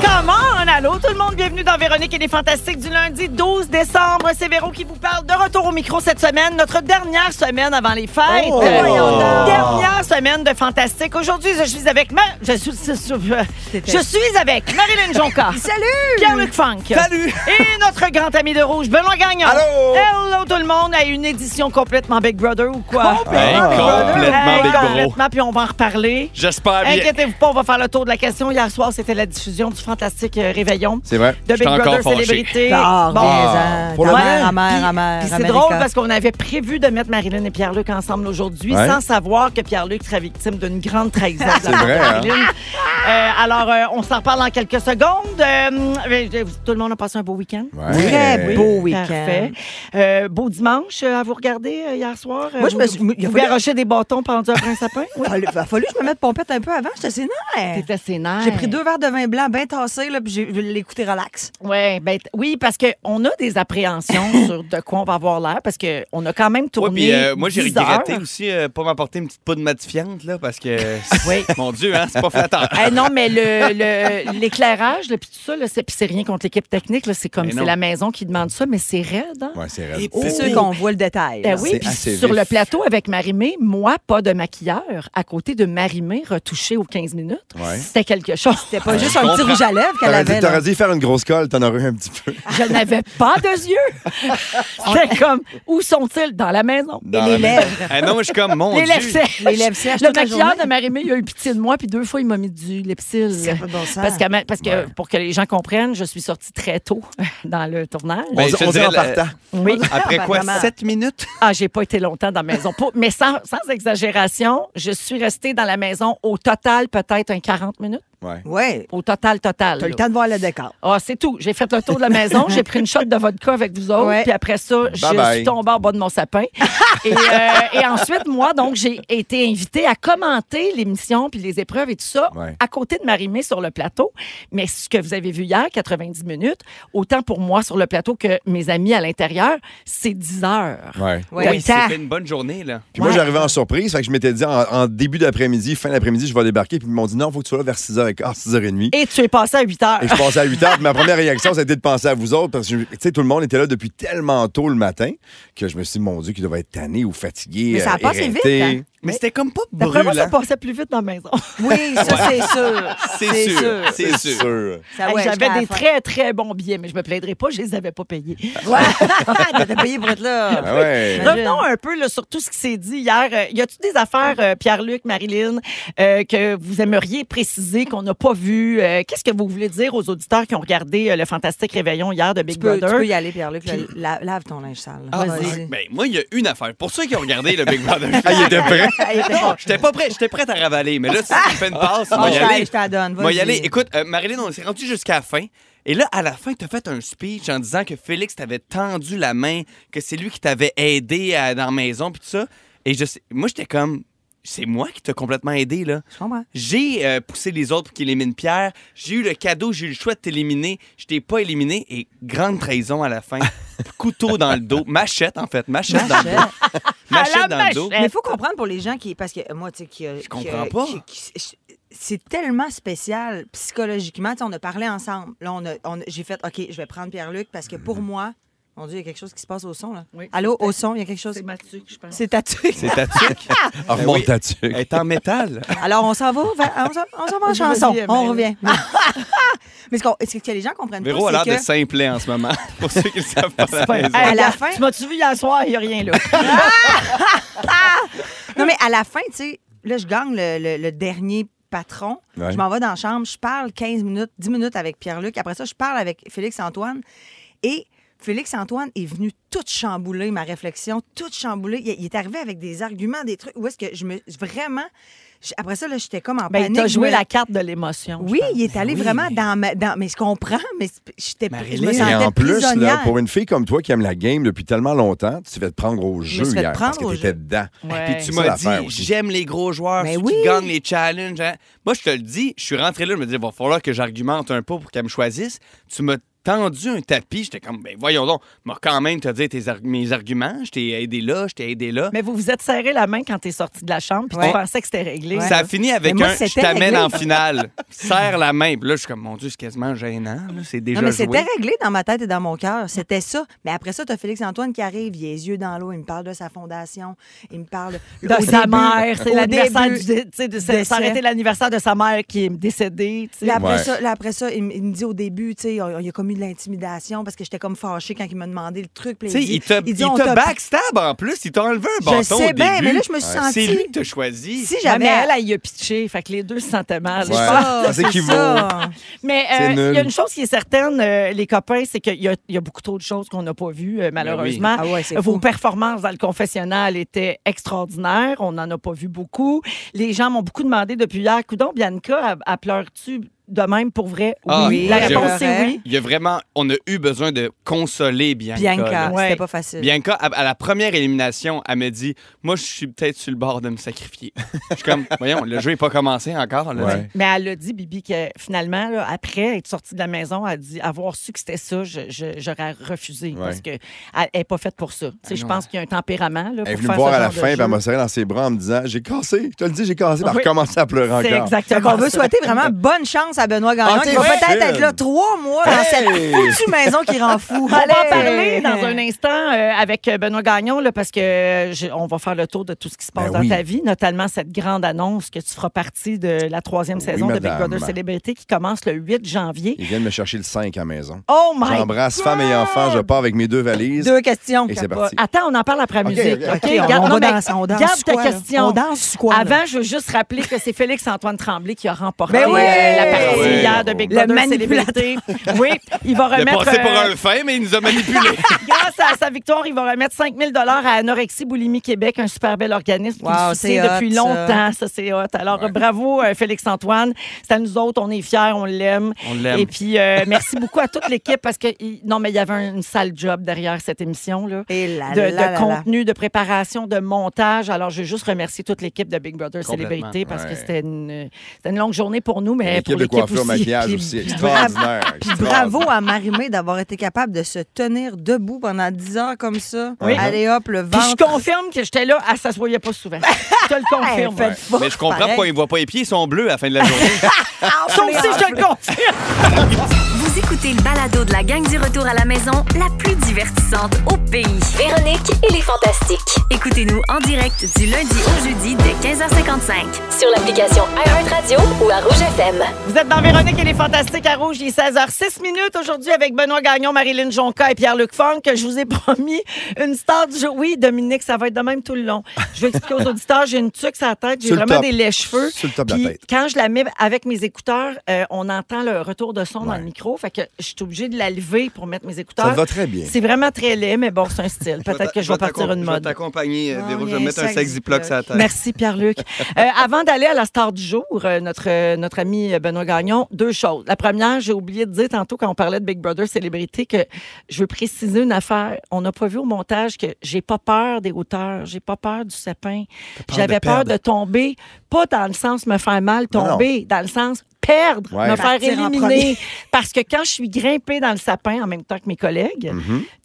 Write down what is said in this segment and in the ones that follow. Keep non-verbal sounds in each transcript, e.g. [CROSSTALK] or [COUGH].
Comment? Allô tout le monde, bienvenue dans Véronique et les Fantastiques du lundi 12 décembre. C'est Véro qui vous parle de retour au micro cette semaine, notre dernière semaine avant les fêtes. Oh! Voyons donc. Dernière semaine de Fantastique. Aujourd'hui, je suis avec ma... je, suis... je suis- je suis avec Marilyn Jonca. Salut! Pierre-Luc Funk. Salut! [LAUGHS] Et notre grand ami de rouge, Benoît Gagnon. Allô! Hello tout le monde à une édition complètement Big Brother ou quoi? Complètement Big Brother. Complètement Big Bro. Complètement, puis on va en reparler. Ah, J'espère bien. Inquiétez-vous pas, on va faire le tour de la question. Hier soir, c'était la diffusion du fantastique euh, Réveillon C'est vrai. de J'étais Big Brother encore fâché. Célébrité. Ah, Bon. raison. pour Ta le mère, vrai. amère, amère, Puis c'est America. drôle parce qu'on avait prévu de mettre Marilyn et Pierre-Luc ensemble aujourd'hui Ouais. sans savoir que Pierre-Luc serait victime d'une grande trahison. de la [LAUGHS] C'est part de vrai, hein? Marilyn. Euh, alors, euh, on s'en reparle dans quelques secondes. Euh, euh, tout le monde a passé un beau week-end. Ouais. Très beau week-end. Parfait. Euh, beau dimanche euh, à vous regarder euh, hier soir. Euh, Moi, je vous- me suis- Vous, il a vous fallu- garochez des bâtons pendus après un [LAUGHS] sapin? Il a fallu que je me mette pompette un peu avant. J'étais assez nerveux. C'était sénère. J'ai pris deux verres de vin blanc bien tassé, là, puis j'ai- je l'ai écouté relax. Ouais, ben, t- oui, parce qu'on a des [COUGHS] appréhensions sur de quoi on va avoir l'air, parce qu'on a quand même Ouais, tourné. puis, euh, moi, j'ai 10 regretté heures. aussi euh, pas m'apporter une petite poudre matifiante, là, parce que. Oui. Mon Dieu, hein, c'est pas flatteur. Eh non, mais [LAUGHS] le- le- l'éclairage, le, puis tout ça, là, c'est puis c'est rien contre l'équipe technique. là, C'est comme Mais c'est non. la maison qui demande ça, mais c'est raide. hein? Ouais, c'est vrai. Et Pour Oh. ceux qu'on voit le détail. Ben là. oui, C'est puis assez sur vif. le plateau avec Marimé, moi, pas de maquilleur, à côté de Marimé retouché aux 15 minutes. Ouais. C'était quelque chose. [LAUGHS] C'était Pas juste un petit comprends. rouge à lèvres qu'elle T'aurais avait. dit, là. t'aurais dit faire une grosse colle, t'en aurais eu un petit peu. Je n'avais pas de [LAUGHS] yeux. C'était comme, où sont-ils? Dans la maison. Dans les la- lèvres. [LAUGHS] Ah non, moi, je suis comme, mon les lèvres Dieu. sèches. Les lèvres sèches Le toute la maquilleur journée. de Marimé, il a eu pitié de moi, puis deux fois, il m'a mis du Lepsil. Ça n'a pas de bon sens. Parce que, parce que pour que les gens comprennent, je suis sortie très tôt [LAUGHS] dans le tournage. Ben, on je te dit- on dit en dirais, euh, la- partant. Oui. Après quoi, Apparemment. 7 minutes? Ah, j'ai pas été longtemps dans la maison. Pour- mais sans, sans exagération, je suis restée dans la maison au total peut-être un 40 minutes. Ouais. Oui. Au total, total. T'as là. le temps de voir le décor. Ah, c'est tout. J'ai fait le tour de la maison, j'ai pris une shot de vodka avec vous autres, Ouais. puis après ça, je Bye-bye. suis tombée en bas de mon [LAUGHS] sapin. et, euh, et ensuite, moi, donc, j'ai été invitée à commenter l'émission, puis les épreuves et tout ça, Ouais. à côté de Marimé sur le plateau. Mais ce que vous avez vu hier, 90 minutes, autant pour moi sur le plateau que mes amis à l'intérieur, c'est 10 heures. Ouais. Ouais. Oui, C'était une bonne journée, là. Puis moi, j'arrivais en surprise, fait que je m'étais dit en, en début d'après-midi, fin d'après-midi, je vais débarquer. Puis ils m'ont dit non, faut que tu sois là vers 6h15, 6h30. Et tu es passé à 8 heures. Et je pensais à 8 h. puis ma première réaction, ça a été de penser à vous autres parce que, tu sais, tout le monde était là depuis tellement tôt le matin que je me suis dit, mon Dieu, qu'ils doivent être tannés ou fatigués. Mais ça a euh, passé vite, éreintés. hein? Mais c'était comme pas D'après moi, ça brûlant. passait plus vite dans la maison. Oui, ça, c'est sûr. C'est sûr, c'est sûr. Sûr. Ça, Ah ouais, J'avais jusqu'à la des fin. très, très bons billets, mais je me plaindrai pas, je les avais pas payés. Ouais. [LAUGHS] T'étais payé pour être là. Ah ouais. Imagine. Revenons un peu là, sur tout ce qui s'est dit hier. Euh, Y a-t-il des affaires, euh, Pierre-Luc, Marilyn, euh, que vous aimeriez préciser, qu'on n'a pas vu? Euh, Qu'est-ce que vous voulez dire aux auditeurs qui ont regardé euh, le fantastique réveillon hier de Big Tu peux, tu Brother? peux y aller, Pierre-Luc. là, la- lave ton linge sale. Ah, Vas-y. Ben, moi, il y a une affaire. Pour ceux qui ont regardé le Big Brother, Ah, il était prêt. non, j'étais pas prêt. J'étais prête à ravaler. Mais là, si tu me fais une passe, moi, je y t'ai- aller. je t'en donne, Moi, y vas-y. aller. Écoute, euh, Marilyn, on s'est rendu jusqu'à la fin. Et là, à la fin, t'as fait un speech en disant que Félix t'avait tendu la main, que c'est lui qui t'avait aidé à- dans la maison, puis tout ça. Et je sais, moi, j'étais comme, c'est moi qui t'ai complètement aidé, là. Je comprends. J'ai euh, poussé les autres pour qu'ils éliminent Pierre. J'ai eu le cadeau, j'ai eu le choix de t'éliminer. Je t'ai pas éliminé et grande trahison à la fin. [LAUGHS] Couteau dans le dos. Machette, en fait. Machette, [LAUGHS] dans le dos. À la Machette dans le dos. machette. Mais il faut comprendre pour les gens qui. Parce que euh, moi, tu sais, qui. Je Euh, comprends pas. c'est tellement spécial psychologiquement. Tu sais, on a parlé ensemble. Là, on a, on a- j'ai fait OK, je vais prendre Pierre-Luc parce que pour moi, mon Dieu, il y a quelque chose qui se passe au son. là. Oui. Allô, au son, il y a quelque chose. C'est Mathieu que je pense. C'est tatoué. C'est ta tuque. Ah, Remonte oui. ta tuque. Elle est en métal. Alors, on s'en va, vers- on s'en, on s'en va [LAUGHS] en Vas-y, chanson. vas-y, On Emmanuel. revient. [LAUGHS] Mais ce, qu'on- ce que les gens comprennent Véro pas, a l'air c'est de que... simplet en ce moment. [LAUGHS] Pour ceux qui le savent pas. à la maison. À la Hey, fin- Tu m'as-tu vu hier soir? Il n'y a rien là. Non, mais à la fin, tu sais, là, je gagne le, le- le dernier patron. Ouais. Je m'en vais dans la chambre, je parle 15 minutes, 10 minutes avec Pierre-Luc. Après ça, je parle avec Félix-Antoine. Et Félix Antoine est venu tout chambouler ma réflexion, tout chambouler. Il, il est arrivé avec des arguments, des trucs. Où est-ce que je me. Vraiment. je- après ça, là, j'étais comme en Ben, il panique. t'a Je joué me- la Ben carte de l'émotion. je Oui, pense. il est allé Oui, vraiment mais- dans, ma, dans. Mais je comprends, mais c'est- j'étais. Je me Marilyn, Et sentais en plus, prisonnière. là, pour une fille comme toi qui aime la game depuis tellement longtemps, tu te fais te prendre au jeu suis fait hier parce que prendre au t'étais jeu. dedans. Ouais. Puis tu C'est m'as dit, l'affaire aussi. j'aime les gros joueurs, Mais ceux Ben oui. qui gagnent les challenges. hein. Moi, je te le dis, je suis rentré là, je me dis, il va falloir que j'argumente un peu pour qu'elle me choisisse. Tu m'as tendu un tapis, j'étais comme, ben voyons donc, m'a quand même te dire tes arg- mes arguments, je t'ai aidé là, je t'ai aidé là. Mais vous vous êtes serré la main quand t'es sorti de la chambre, puis tu Ouais. pensais que c'était réglé. Ça a fini avec Mais moi, un je c'était t'amène réglé. en finale. Serre la main. Puis là, je suis comme, mon Dieu, c'est quasiment gênant. là, C'est déjà Non, mais joué. c'était réglé dans ma tête et dans mon cœur. C'était ça. Mais après ça, t'as Félix-Antoine qui arrive, il a les yeux dans l'eau, il me parle de sa fondation, il me [LAUGHS] parle De au sa début- mère, c'est au l'anniversaire début. du dé- tu sais, de- ça- ça aurait décès. été l'anniversaire de sa mère qui est décédée. tu sais. Là, après, Ouais. ça, là, après ça, il, me- il me dit au début, tu sais, on- il a commis de l'intimidation parce que j'étais comme fâchée quand il m'a demandé le truc. puis Tu sais, dit- il t'a dit, il on t'a t'a- backstab en plus. Il t'a enlevé un Je bâton. au sais bien, début. mais là, je me suis C'est sentie- lui qui t'a choisi. Si Ouais, j'avais. mais elle, elle y a pitché. Fait que les deux se sentaient mal. C'est je Ouais. pense. ça, [LAUGHS] Ça s'équivaut. ça. Mais C'est euh, il nul. y a une chose qui est certaine, euh, les copains, c'est qu'il y, a- il y a beaucoup trop de choses qu'on n'a pas vues, euh, malheureusement. Ah ouais, c'est Vos fou. performances dans le confessionnal étaient extraordinaires. On n'en a pas vu beaucoup. Les gens m'ont beaucoup demandé depuis hier, Coudon, Bianca, elle- elle pleure-tu de même pour vrai? Ah, oui. La je- réponse, c'est pleurais. oui. Il y a vraiment, on a eu besoin de consoler Bianca. Bianca, là. Ouais. c'était pas facile. Bianca, à, à la première élimination, elle me dit Moi, je suis peut-être sur le bord de me sacrifier. je suis comme Voyons, le jeu n'est pas commencé encore. là. Ouais. Mais elle a dit, Bibi, que finalement, là, après être sortie de la maison, elle a dit avoir su que c'était ça, je- je- j'aurais refusé Ouais. Ah parce qu'elle n'est pas faite pour ça. Tu sais, je non. pense qu'il y a un tempérament. Là, Elle est pour venue me faire voir ce à la genre de fin, puis jeu. elle m'a serré dans ses bras en me disant J'ai cassé, je te le dis, j'ai cassé. Puis Oui. elle recommençait à pleurer encore. C'est Fait qu'on exactement veut ça. souhaiter [LAUGHS] vraiment bonne chance à Benoît Gagnon, Ah, t'es qui va fine. peut-être être là trois mois dans cette foutue maison qui rend fou. On va en parler dans un instant euh, avec Benoît Gagnon, là, parce que euh, je- on va faire le tour de tout ce qui se passe Ben dans oui. ta vie, notamment cette grande annonce que tu feras partie de la troisième Oui, saison de Big madame. Brother Célébrité qui commence le 8 janvier. Ils viennent me chercher le 5 à la maison. Oh my J'embrasse femme et enfant, je pars avec mes deux valises. Deux questions. Et c'est Cap- parti. Attends, on en parle après la Ok, musique. ok, OK, OK, on, Garde- on non, mais va danser, on danse garde ta quoi, là? question. On danse sur quoi? là? Avant, je veux juste rappeler que c'est Félix-Antoine Tremblay qui a remporté Ben oui! euh, la partie Oui. hier de Big Le Brother manipulateur. Célébrité. Oui, il va Il a remettre... passé pour euh, un fin, mais il nous a manipulés. [LAUGHS] Grâce à sa victoire, il va remettre 5 000 à Anorexie Boulimie Québec, un super bel organisme qui Wow, le soutient c'est hot, depuis ça. longtemps. Ça, c'est hot. Alors, bravo, euh, Félix-Antoine. C'est à nous autres. On est fiers, on l'aime. On l'aime. Et puis, euh, merci beaucoup à toute l'équipe parce que, il- non, mais il y avait un- une sale job derrière cette émission, là. Et là, De, Ah là, de là, là. contenu, de préparation, de montage. Alors, je veux juste remercier toute l'équipe de Big Brother Complètement. Célébrité parce que Ouais. c'était une, c'était une longue journée pour nous, mais L'équipe Ben, pour de l'équipe coiffure, aussi. maquillage Puis- aussi. Extraordinaire. Puis bravo à Marimé d'avoir été capable de se tenir debout pendant 10 heures comme ça. Oui. Allez hop, le Puis je ventre. confirme que j'étais là, ah, elle s'assoyait pas souvent. Je te le confirme. [LAUGHS] Hey, faites fort, mais je comprends pareil. pourquoi il ne voit pas les pieds, ils sont bleus à la fin de la journée. Sauf si je te le confirme. Vous écoutez le balado de la gang du retour à la maison, la plus divertissante au pays. Véronique et les Fantastiques. Écoutez-nous en direct du lundi au jeudi dès 15h55. Sur l'application iHeartRadio ou à Rouge FM. Vous êtes dans Véronique et les Fantastiques à Rouge. Il est 16h06 minutes aujourd'hui avec Benoît Gagnon, Marilyn Jonca et Pierre-Luc Funk. Je vous ai [LAUGHS] promis une star du jour. Oui, Dominique, ça va être de même tout le long. Je vais expliquer [LAUGHS] aux auditeurs, j'ai une tuque sur la tête, j'ai Sur le vraiment top. des laies cheveux. Sur le top de la tête. Quand je la mets avec mes écouteurs, euh, on entend le retour de son dans Ouais. le micro. Fait que je suis obligée de la lever pour mettre mes écouteurs. Ça te va très bien. C'est vraiment très laid, mais bon, c'est un [LAUGHS] style. [LAUGHS] Peut-être que je vais partir une Je vais mode. t'accompagner, euh, Non, Véro. il Je y a vais un mettre un sac sac Ziploc Ziploc. sur la tête. Merci, Pierre-Luc. Euh, avant d'aller à la star du jour, euh, notre, euh, notre ami euh, Benoît Gagnon, deux choses. La première, j'ai oublié de dire tantôt quand on parlait de Big Brother Célébrité que je veux préciser une affaire. On n'a pas vu au montage que j'ai pas peur des hauteurs, j'ai pas peur du sapin. peur J'avais de peur perdre. de tomber, pas dans le sens me faire mal, Non, non. tomber, dans le sens perdre, Ouais. me faire Partir en éliminer. premier. Parce que quand je suis grimpée dans le sapin en même temps que mes collègues,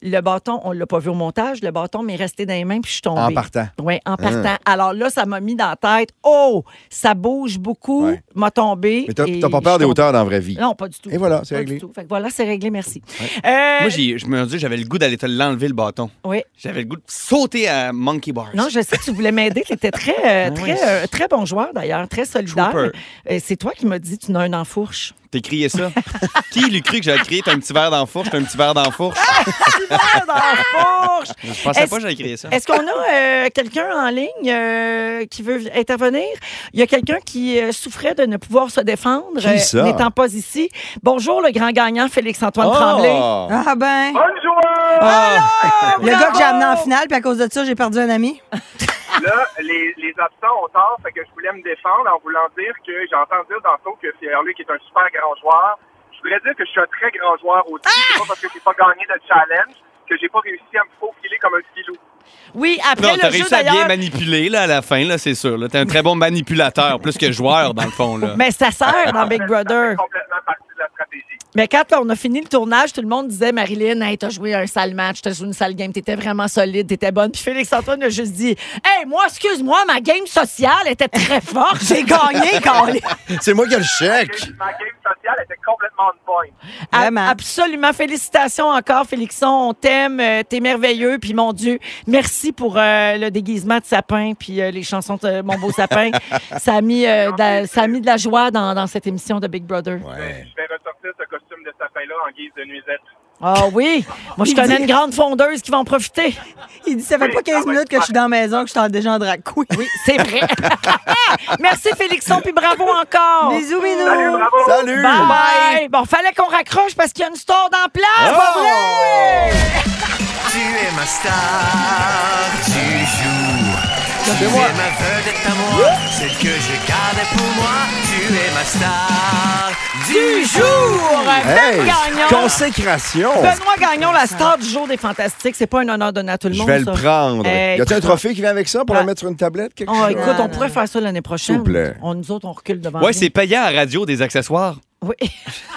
le bâton, on l'a pas vu au montage, le bâton m'est resté dans les mains puis je suis tombée. En partant. Hein. Oui, en partant. Alors là, ça m'a mis dans la tête. Oh, ça bouge beaucoup, Ouais. m'a tombé. Mais t'as et t'as pas je peur des tombe. hauteurs dans la vraie vie. Non, pas du tout. Et voilà, c'est Pas réglé. du tout. Fait que voilà, c'est réglé, merci. Moi, Euh, j'ai- je me dis, j'avais le goût d'aller te l'enlever le bâton. oui. J'avais le goût de sauter à Monkey Bars. Non, je sais que tu [LAUGHS] voulais m'aider. Tu étais très, euh, Oui. très, euh, très bon joueur, d'ailleurs, très solidaire. Trooper. Euh, c'est toi qui m'as dit tu n'as un enfourche. T'as crié ça? [LAUGHS] Qui lui cru que j'allais crier t'as un petit verre d'enfourche, t'as un petit verre d'enfourche? enfourche! Je pensais Est-ce- pas que j'allais crier ça. Est-ce qu'on a euh, quelqu'un en ligne euh, qui veut intervenir? Il y a quelqu'un qui euh, souffrait de ne pouvoir se défendre, euh, Qui ça? n'étant pas ici. Bonjour, le grand gagnant Félix-Antoine Oh! Tremblay. Ah ben. Bonjour! Ah, Le gars que j'ai amené en finale, puis à cause de ça, j'ai perdu un ami. Là, les, les absents ont tort, fait que je voulais me défendre en voulant dire que j'ai entendu dire tantôt que Pierre-Luc est un super grand joueur. Je voudrais dire que je suis un très grand joueur aussi. C'est pas parce que j'ai pas gagné de challenge que j'ai pas réussi à me faufiler comme un filou. Oui, non, après t'as le jeu réussi à bien d'ailleurs. manipuler là, à la fin, là, c'est sûr. là. T'es un très bon manipulateur, plus que joueur, dans le fond. Là. Mais ça sert dans Big C'est Brother. complètement partie de la stratégie. Mais quand on a fini le tournage, tout le monde disait Marilyn, hey, t'as joué un sale match, t'as joué une sale game, t'étais vraiment solide, t'étais bonne. Puis Félix-Antoine a juste dit Hey, moi, excuse-moi, ma game sociale était très forte, j'ai gagné, [LAUGHS] Colin. C'est moi qui ai le chèque. Ma game sociale était complètement de point. A- Vraiment. Absolument. Félicitations encore, Félixon. On t'aime. euh, T'es merveilleux. Puis, mon Dieu, merci pour euh, le déguisement de sapin puis euh, les chansons de Mon Beau Sapin. ça, a mis, euh, de, la- ça a mis de la joie dans, dans cette émission de Big Brother. Ouais. Je vais ressortir ce costume de sapin-là en guise de nuisette. Ah oui! Moi, je Il connais dit- une grande fondeuse qui va en profiter. Il dit, ça fait pas 15 minutes que je suis dans la maison, que je suis déjà en drag queen. Oui, c'est vrai. [LAUGHS] merci, Félixon. Puis, bravo encore. Bisous, Salut, Minou! bravo! Salut! Bye bye. Bon, fallait qu'on raccroche parce qu'il y a une star dans la place. Oh! pas vrai? Tu es ma star, tu joues. Tu es ma vedette à moi, celle que je gardais pour moi. Tu es ma star Du jour! Hey! Faites gagnant. Consécration! Benoît Gagnon, la star du jour des Fantastiques. C'est pas un honneur donné à tout le Je monde. vais le ça. prendre. Hey, y a-t-il un trophée qui vient avec ça pour Ah. le mettre sur une tablette? Quelque Oh, chose? écoute, on pourrait faire ça l'année prochaine. S'il vous plaît. On, nous autres, on recule devant. Ouais, rien. c'est payant à radio des accessoires. Oui. [LAUGHS]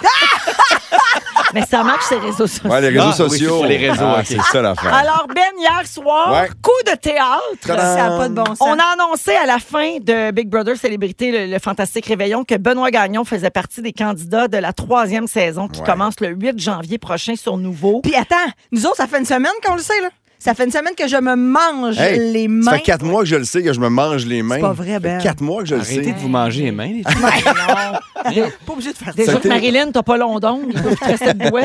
Mais ça marche, ces réseaux sociaux. Ouais, les réseaux Ah, oui, sociaux. sur les réseaux, Ah, ok. C'est ça l'affaire. Alors, Ben, hier soir, Ouais. coup de théâtre. Ça n'a pas de bon sens. On a annoncé à la fin de Big Brother Célébrité, le, le fantastique réveillon, que Benoît Gagnon faisait partie des candidats de la troisième saison qui Ouais. commence le 8 janvier prochain sur Nouveau. Puis attends, nous autres, ça fait une semaine qu'on le sait, là. Ça fait une semaine que je me mange Hey, les Ça mains. fait quatre mois que je le sais, que je me mange les mains. C'est pas vrai, Ben. Ça fait Quatre mois que je le Arrêtez sais. de vous manger les mains. les filles. Pas obligé de faire ça. Déjà Ça a que été- Marilyn, t'as pas long d'ongle. il doit te rester de bois.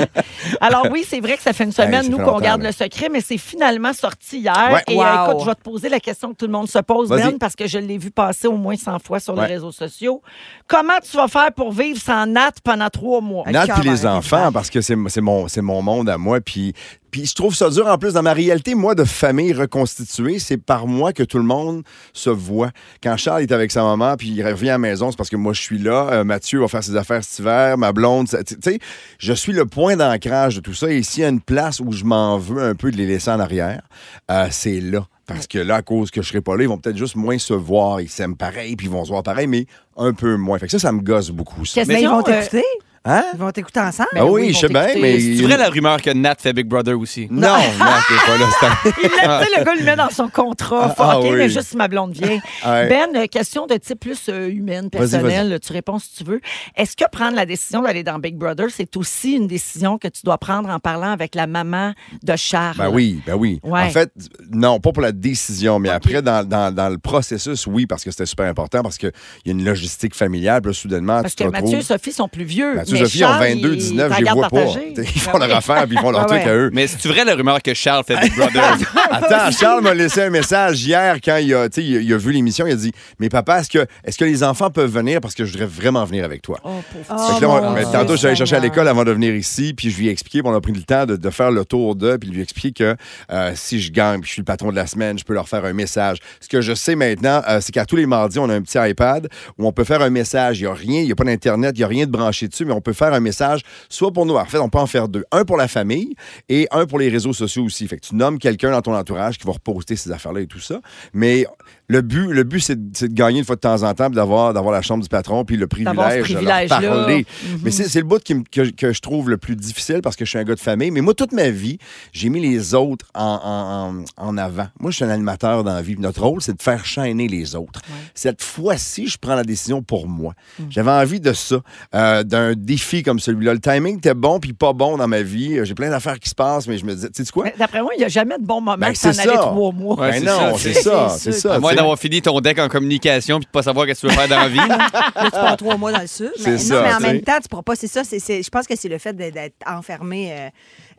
Alors oui, c'est vrai que ça fait une Hey, semaine, ça nous, fait qu'on longtemps, garde là. le secret, mais c'est finalement sorti hier. Ouais. Et euh, Wow. écoute, je vais te poser la question que tout le monde se pose, Vas-y. Ben, parce que je l'ai vu passer au moins 100 fois sur Ouais. les réseaux sociaux. Comment tu vas faire pour vivre sans Nat pendant trois mois? Nat Quand puis les même. enfants, parce que c'est c'est mon, c'est mon monde à moi. Puis, puis je trouve ça dur. En plus, dans ma réalité, moi, de famille reconstituée, c'est par moi que tout le monde se voit. Quand Charles est avec sa maman, puis il revient à la maison, c'est parce que moi, je suis là. Euh, Mathieu va faire ses affaires cet hiver. Ma blonde, ça- tu tu sais, je suis le point d'ancrage de tout ça. Et s'il y a une place où je m'en veux un peu de les laisser en arrière, euh, c'est là. Parce que là, à cause que je serai pas là, ils vont peut-être juste moins se voir. Ils s'aiment pareil, puis ils vont se voir pareil, mais un peu moins. Fait que ça, ça me gosse beaucoup. Ça. Qu'est-ce Mais ils vont euh, t'écouter. Hein? Ils vont t'écouter ensemble. Ah Ben oui, oui, ils je vont sais bien, t'écouter. mais. C'est vrai la rumeur que Nat fait Big Brother aussi. Non, non, t'es pas là, cette année. Il l'a- [LAUGHS] tu sais, le gars le met dans son contrat. Faut- ah OK, oui. mais juste si ma blonde vient. [LAUGHS] Ouais. Ben, euh, question de type plus euh, humaine, Vas-y, personnelle. Tu réponds si tu veux. Est-ce que prendre la décision d'aller dans Big Brother, c'est aussi une décision que tu dois prendre en parlant avec la maman de Charles? Ben oui, ben oui. Ouais. En fait, non, pas pour la décision, mais après, dans, dans- dans le processus, oui, parce que c'était super important, parce qu'il y a une logistique familiale, puis là, soudainement, Parce tu que te Mathieu et retrouves. Sophie sont plus vieux. Mathieu, mais Sophie ont Charles, 22, il- 19, il je les garde vois pas. partagée. Ils font leur affaire, puis ils font leur Ah truc ouais. à eux. [LAUGHS] Mais c'est vrai la rumeur que Charles fait Big Brother. Attends, Charles m'a laissé un message hier quand il a, tu sais, il a- il a vu l'émission. Il a dit Mais papa, est-ce que, est que les enfants peuvent venir Parce que je voudrais vraiment venir avec toi. Oh, pauvre Oh, Fait que là, on- mon mais Dieu, tantôt, je suis allé chercher à Seigneur. l'école avant de venir ici, puis je lui ai expliqué, puis on a pris le temps de, de faire le tour d'eux, puis de lui expliquer que euh, si je gagne, puis je suis le patron de la semaine, je peux leur faire un message. Ce que je sais maintenant, euh, c'est qu'à tous les mardis, on a un petit iPad où on peut faire un message. Il n'y a rien, il n'y a pas d'Internet, il n'y a rien de branché dessus, mais on peut faire un message soit pour nous. En fait, on peut en faire deux. Un pour la famille et un pour les réseaux sociaux aussi. Fait que tu nommes quelqu'un dans ton entourage qui va reposter ces affaires-là et tout ça. Mais le but, le but c'est de, c'est de gagner une fois de temps en temps, puis d'avoir d'avoir la chambre du patron, puis le D'avoir ce privilège, de privilège-là. Mhm. leur parler. Mais c'est c'est le bout qui me- que, que je trouve le plus difficile parce que je suis un gars de famille. Mais moi, toute ma vie, j'ai mis les autres en, en- en- en avant. Moi, je suis un animateur dans la vie. Notre rôle, c'est de faire chaîner les Mhm. autres. Cette fois-ci, je prends la décision pour moi. J'avais envie de ça, euh, d'un défi comme celui-là. Le timing était bon puis pas bon dans ma vie. J'ai plein d'affaires qui se passent, mais je me disais, tu sais quoi? Mais D'après moi, il n'y a jamais de bon moment Ben, que t'en c'est allais ça. trois mois. Ben Ouais, c'est non, [LAUGHS] ça, c'est [LAUGHS] c'est- ça, c'est c'est sûr. ça. À moins tu sais. d'avoir fini ton deck en communication puis de pas savoir ce que tu veux faire dans la vie. [LAUGHS] là. Là, tu pars Ah, trois mois dans le sud. C'est Mais, ça, non, mais en tu sais. même temps, tu pourras pas. C'est ça. c'est- c'est- je pense que c'est le fait de- d'être enfermé euh,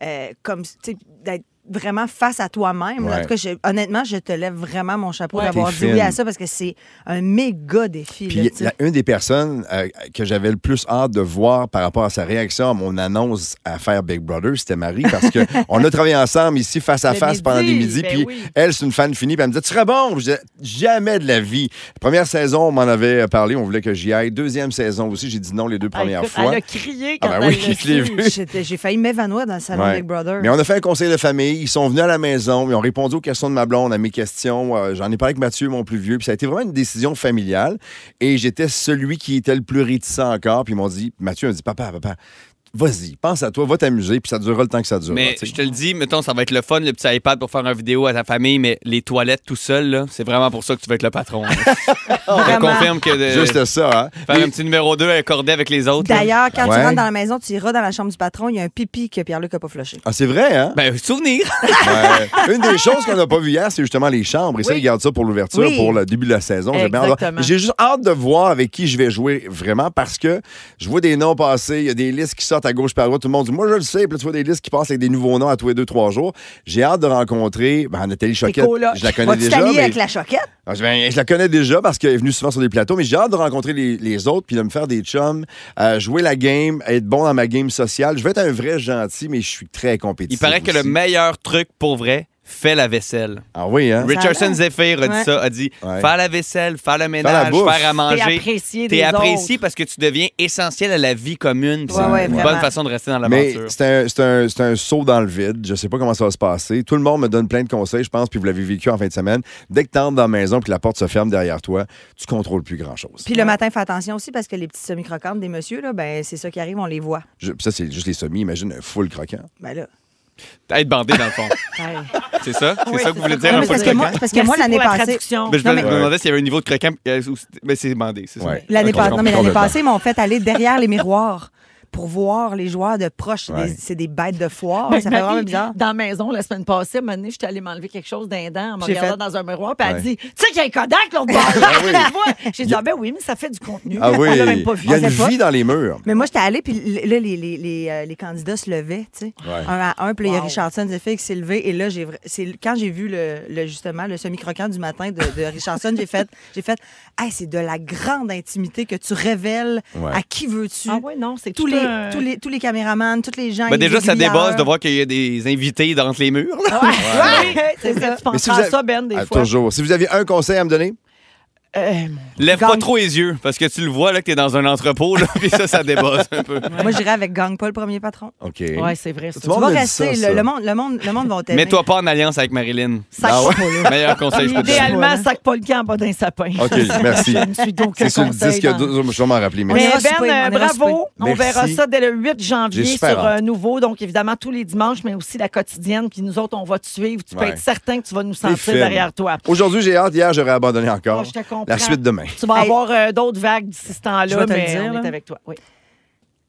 euh, comme. tu sais, d'être vraiment face à toi-même. là. En Ouais. tout cas, je- honnêtement, je te lève vraiment mon chapeau Ouais. d'avoir T'es dit oui fine. à ça parce que c'est un méga défi. Puis là, il y a- tu il y sais. a une des personnes euh, que j'avais le plus hâte de voir par rapport à sa réaction à mon annonce à faire Big Brother, c'était Marie, parce [LAUGHS] que on a travaillé ensemble ici face à Le face pendant des midi, midis. ben puis oui. elle, c'est une fan finie, puis elle me disait Tu serais bon Je disais, Jamais de la vie. Première saison, on m'en avait euh, parlé, on voulait que j'y aille. Deuxième saison aussi, j'ai dit non les deux Ah, premières écoute, fois. Elle a crié Ah quand ben elle oui, l'a je l'ai su. vu. J'étais- J'ai failli m'évanouir dans le salon Ouais. Big Brother. Mais on a fait un conseil de famille. Ils sont venus à la maison. Ils ont répondu aux questions de ma blonde, à mes questions. Euh, J'en ai parlé avec Mathieu, mon plus vieux. Puis ça a été vraiment une décision familiale. Et j'étais celui qui était le plus réticent encore. Puis ils m'ont dit, Mathieu m'a dit, papa, papa, vas-y, pense à toi, va t'amuser. Puis ça durera le temps que ça durera. Mais tu sais. je te le dis, mettons, ça va être le fun, le petit iPad pour faire une vidéo à ta famille, mais les toilettes tout seul, là, c'est vraiment pour ça que tu veux être le [LAUGHS] patron. là. je te Vraiment. confirme que de Juste ça, hein? faire un petit numéro 2 accordé avec les autres. là. D'ailleurs, quand tu Ouais. rentres dans la maison, tu iras dans la chambre du patron, il y a un pipi que Pierre-Luc n'a pas flushé. Ah, c'est vrai, hein? Ben, souvenir. [LAUGHS] Ouais. [LAUGHS] Une des choses qu'on n'a pas vu hier, c'est justement les chambres. Et ça, Oui. ils gardent ça pour l'ouverture, Oui. pour le début de la saison. J'ai bien hâte de voir. Exactement. J'ai juste hâte de voir avec qui je vais jouer vraiment parce que je vois des noms passer. Il y a des listes qui sortent à gauche par droite. Tout le monde dit Moi, je le sais. Puis là, tu vois des listes qui passent avec des nouveaux noms à tous les deux, trois jours. J'ai hâte de rencontrer ben, Nathalie Choquette. colocs. Je la connais Vas-tu déjà. t'allier mais- avec la choquette? ah, Je, ben, je la connais déjà parce qu'elle est venue souvent sur des plateaux, mais j'ai hâte de rencontrer les, les autres puis de me faire des chums, euh, jouer la game, être bon dans ma game sociale. Je vais être un vrai gentil, mais je suis très Il compétitif. paraît que le aussi. meilleur truc pour vrai, fais la vaisselle. Ah oui, hein? Richardson Zephyr a dit Ouais. ça, a dit Ouais. faire la vaisselle, faire le ménage, bouffe. faire à T'es manger. apprécié des T'es apprécié autres. parce que tu deviens essentiel à la vie commune. puis Ouais, c'est ouais, une bonne vraiment. façon de rester dans Mais l'aventure. c'est un, c'est un- c'est un saut dans le vide. Je sais pas comment ça va se passer. Tout le monde me donne plein de conseils, je pense, puis vous l'avez vécu en fin de semaine. Dès que tu entres dans la maison puis que la porte se ferme derrière toi, tu contrôles plus grand-chose. Puis le matin, fais attention aussi parce que les petites semi-croquantes des messieurs, là, ben, c'est ça qui arrive, on les voit. Je- puis ça, c'est juste les semis. Imagine un full croquant. Ben là. Ah, Être bandé, dans le fond. Ouais. [LAUGHS] c'est ça? C'est ça que vous voulez dire Non, un mais peu parce que moi, parce que Merci moi, l'année pour la passée. traduction. Ben, je Non, me- mais- me demandais s'il y avait un niveau de croquant. euh, ou- Mais c'est bandé, c'est ça. Ouais. L'année Ok, passée, je non, mais comprends. l'année passée, ils m'ont fait aller derrière les miroirs pour voir les joueurs de proche. C'est des- Ouais. C'est des bêtes de foire. Ben, ça fait Marie, vraiment bizarre. Dans la maison, la semaine passée, à un moment donné, j'étais allée m'enlever quelque chose d'un dent en me J'ai regardant fait- dans un miroir, puis elle Ouais. dit Tu sais qu'il y a un Kodak, l'autre [LAUGHS] bord. Tu vois? J'ai dit Ah, ben oui, mais ça fait du contenu. Ah oui, On l'a même pas il vu. y a On une sait pas. vie dans les murs. Mais moi, j'étais allée, puis l- là, les, les, les, euh, les candidats se levaient, tu sais. Ouais. Un à un, puis là, il y a Wow. Richardson Zephyr qui s'est levé. Et là, j'ai vra- c'est l- quand j'ai vu le, le- justement le semi-croquant du matin de, de Richardson, j'ai fait, j'ai fait hey, c'est de la grande intimité que tu révèles Ouais. à qui veux-tu. Ah ouais, non, c'est tous, tout les, un- tous, les, tous les caméramans, tous les gens. Ben, les déjà, ça aiguilleurs. débosse de voir qu'il y a des invités dans les murs. là. Ouais, c'est ça. Tu penses si à vous avez- ça, Ben, des Ah, fois. Toujours. Si vous aviez un conseil à me donner, Euh, Lève Gang. pas trop les yeux parce que tu le vois là, que t'es dans un entrepôt, là, [LAUGHS] puis ça, ça débosse un peu. Moi, j'irais avec Gang Paul, premier patron. OK. ouais, c'est vrai. ça. Tu vois, Tu On vas a dit rester. ça, le- ça. Le, monde, le, monde, le monde va t'aimer. Mets-toi pas en alliance avec Marilyn. Sac Ah ouais? pas là. Meilleur conseil, je peux te donner. Idéalement, sac pas le camp en bas d'un sapin. OK, merci. Je ne suis d'aucun C'est sur le conseil disque dans- dur, je vais m'en rappeler. mais- Mais ira Ben, euh, souper, on ira bravo. souper. On verra Merci. ça dès le 8 J'ai janvier sur super euh, hâte. Nouveau. Donc, évidemment, tous les dimanches, mais aussi la quotidienne. Puis nous autres, on va te suivre. Tu peux Ouais. être certain que tu vas nous sentir film. derrière toi. Aujourd'hui, j'ai hâte. Hier, j'aurais abandonné encore. Oh, je te comprends. La suite demain. Tu vas Hey. avoir euh, d'autres vagues d'ici ce Je vais temps-là, te le mais dire, on là. est avec toi. Oui.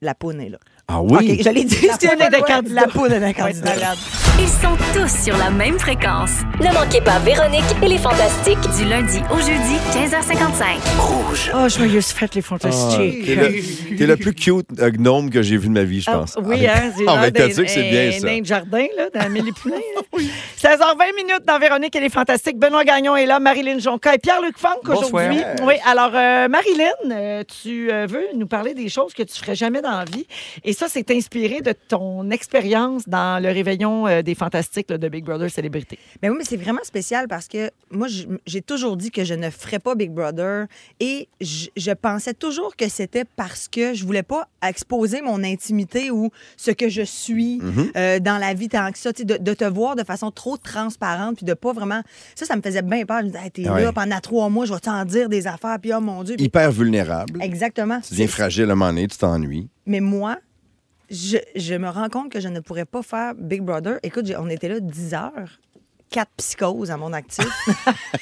La poune est là. Ah oui? OK, je l'ai dit. La poune est de candidat. La poune est de On va être candidat. malade. Ils sont tous sur la même fréquence. Ne manquez pas Véronique et les Fantastiques. Du lundi au jeudi, 15h55. Oh, joyeuse fête, les fantastiques. T'es le, t'es le plus cute euh, gnome que j'ai vu de ma vie, je Ah, pense. oui, [LAUGHS] hein, j'ai Ah, l'air mais t'as d'un dit que c'est bien ça. d'un jardin, là, dans Amélie Poulain. [LAUGHS] hein. 16h20 minutes dans Véronique, elle est fantastique. Benoît Gagnon est là, Marilyn Jonca et Pierre-Luc Funk Bonsoir. aujourd'hui. Oui, alors, euh, Marilyn, euh, tu euh, veux nous parler des choses que tu ferais jamais dans la vie. Et ça, c'est inspiré de ton expérience dans le réveillon euh, des fantastiques là, de Big Brother Célébrité. Mais oui, mais c'est vraiment spécial parce que moi, j- j'ai toujours dit que je ne ferais pas Big Brother et j- je pensais toujours que c'était parce que je voulais pas exposer mon intimité ou ce que je suis Mhm. euh, dans la vie tant que ça. Tu sais, De, de te voir de façon trop transparente puis de pas vraiment. Ça, ça me faisait bien peur. Je me disais, Hey, t'es Ah Ouais. là pendant trois mois, je vais t'en dire des affaires, puis oh mon Dieu. Puis- Hyper vulnérable. Exactement. Tu deviens C'est- fragile à un moment donné, tu t'ennuies. Mais moi, je, je me rends compte que je ne pourrais pas faire Big Brother. Écoute, j'ai- on était là 10 heures. quatre psychoses à mon [LAUGHS] actif.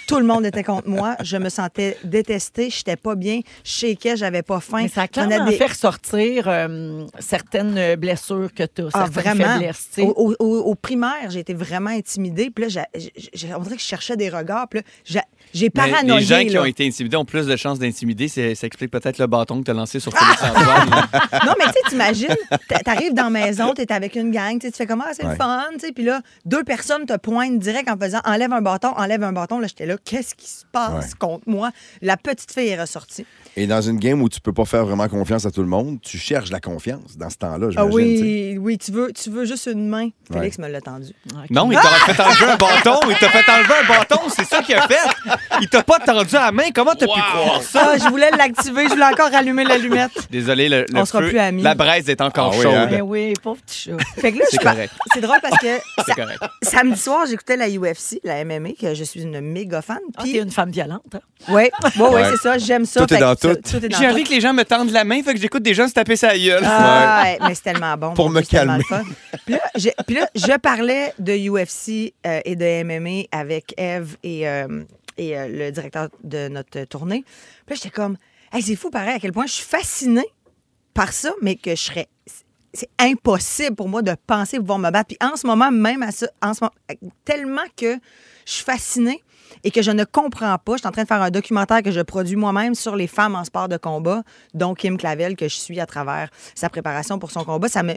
Tout le monde était contre moi. Je me sentais détestée. Je n'étais pas bien. Je shakeais. J'avais pas faim. Mais ça a J'en ai clairement des- fait ressortir euh, certaines blessures que tu as, Ah, certaines faiblesses. tu sais. Au, au- au- au primaire, j'ai été vraiment intimidée. Puis là, j'a- j- j- on dirait que je cherchais des regards. Puis là, j'a- j'ai Mais paranoïé. les gens qui là. ont été intimidés ont plus de chances d'intimider. C'est- Ça explique peut-être le bâton que tu as lancé Ah! sur [LAUGHS] Félix Antoine. là. Non, mais tu sais, t'imagines, t'a- t'arrives dans la maison, t'es avec une gang, tu sais, tu fais comment, c'est le Ouais. fun, tu sais, puis là, deux personnes te pointent direct en faisant enlève un bâton, enlève un bâton. Là, j'étais là, qu'est-ce qui se passe Ouais. contre moi? La petite fille est ressortie. Et dans une game où tu peux pas faire vraiment confiance à tout le monde, tu cherches la confiance dans ce temps-là, Ah j'imagine. tu sais. oui, oui, tu veux, tu veux juste une main. Félix me l'a tendu. Non, il t'a fait enlever un bâton. Il t'a fait enlever un bâton. C'est ça qu'il a fait. Il t'a pas tendu à la main. Comment t'as pu croire ça? Ah, je voulais l'activer, je voulais encore rallumer l'allumette. Désolé, le, le On sera feu- plus amis. la braise est encore Ah oui, chaude. hein? Ben oui, pauvre petit chat. Fait que là, C'est je par- correct. C'est drôle parce que C'est correct. samedi soir, j'écoutais la UFC, la MMA, que je suis une méga fan. Ah, Puis, t'es une femme violente. hein? ouais, bon, ouais, Ouais. c'est ça, j'aime ça. Tout est Fait que dans ça- tout. est dans J'ai tout. envie que les gens me tendent la main, fait que j'écoute des gens se taper sa gueule. Ah, ouais, mais c'est tellement bon. Pour mon me Dieu, c'est tellement calmer. le fun. Puis là, je, puis là, je parlais de UFC euh, et de MMA avec Eve et, euh, et euh, le directeur de notre euh, tournée. Puis là, j'étais comme, Hey, c'est fou pareil à quel point je suis fascinée par ça, mais que je serais. c'est- C'est impossible pour moi de penser pouvoir me battre. Puis en ce moment, même à ça, en ce moment, tellement que je suis fascinée et que je ne comprends pas. Je suis en train de faire un documentaire que je produis moi-même sur les femmes en sport de combat, dont Kim Clavel, que je suis à travers sa préparation pour son combat. Ça me,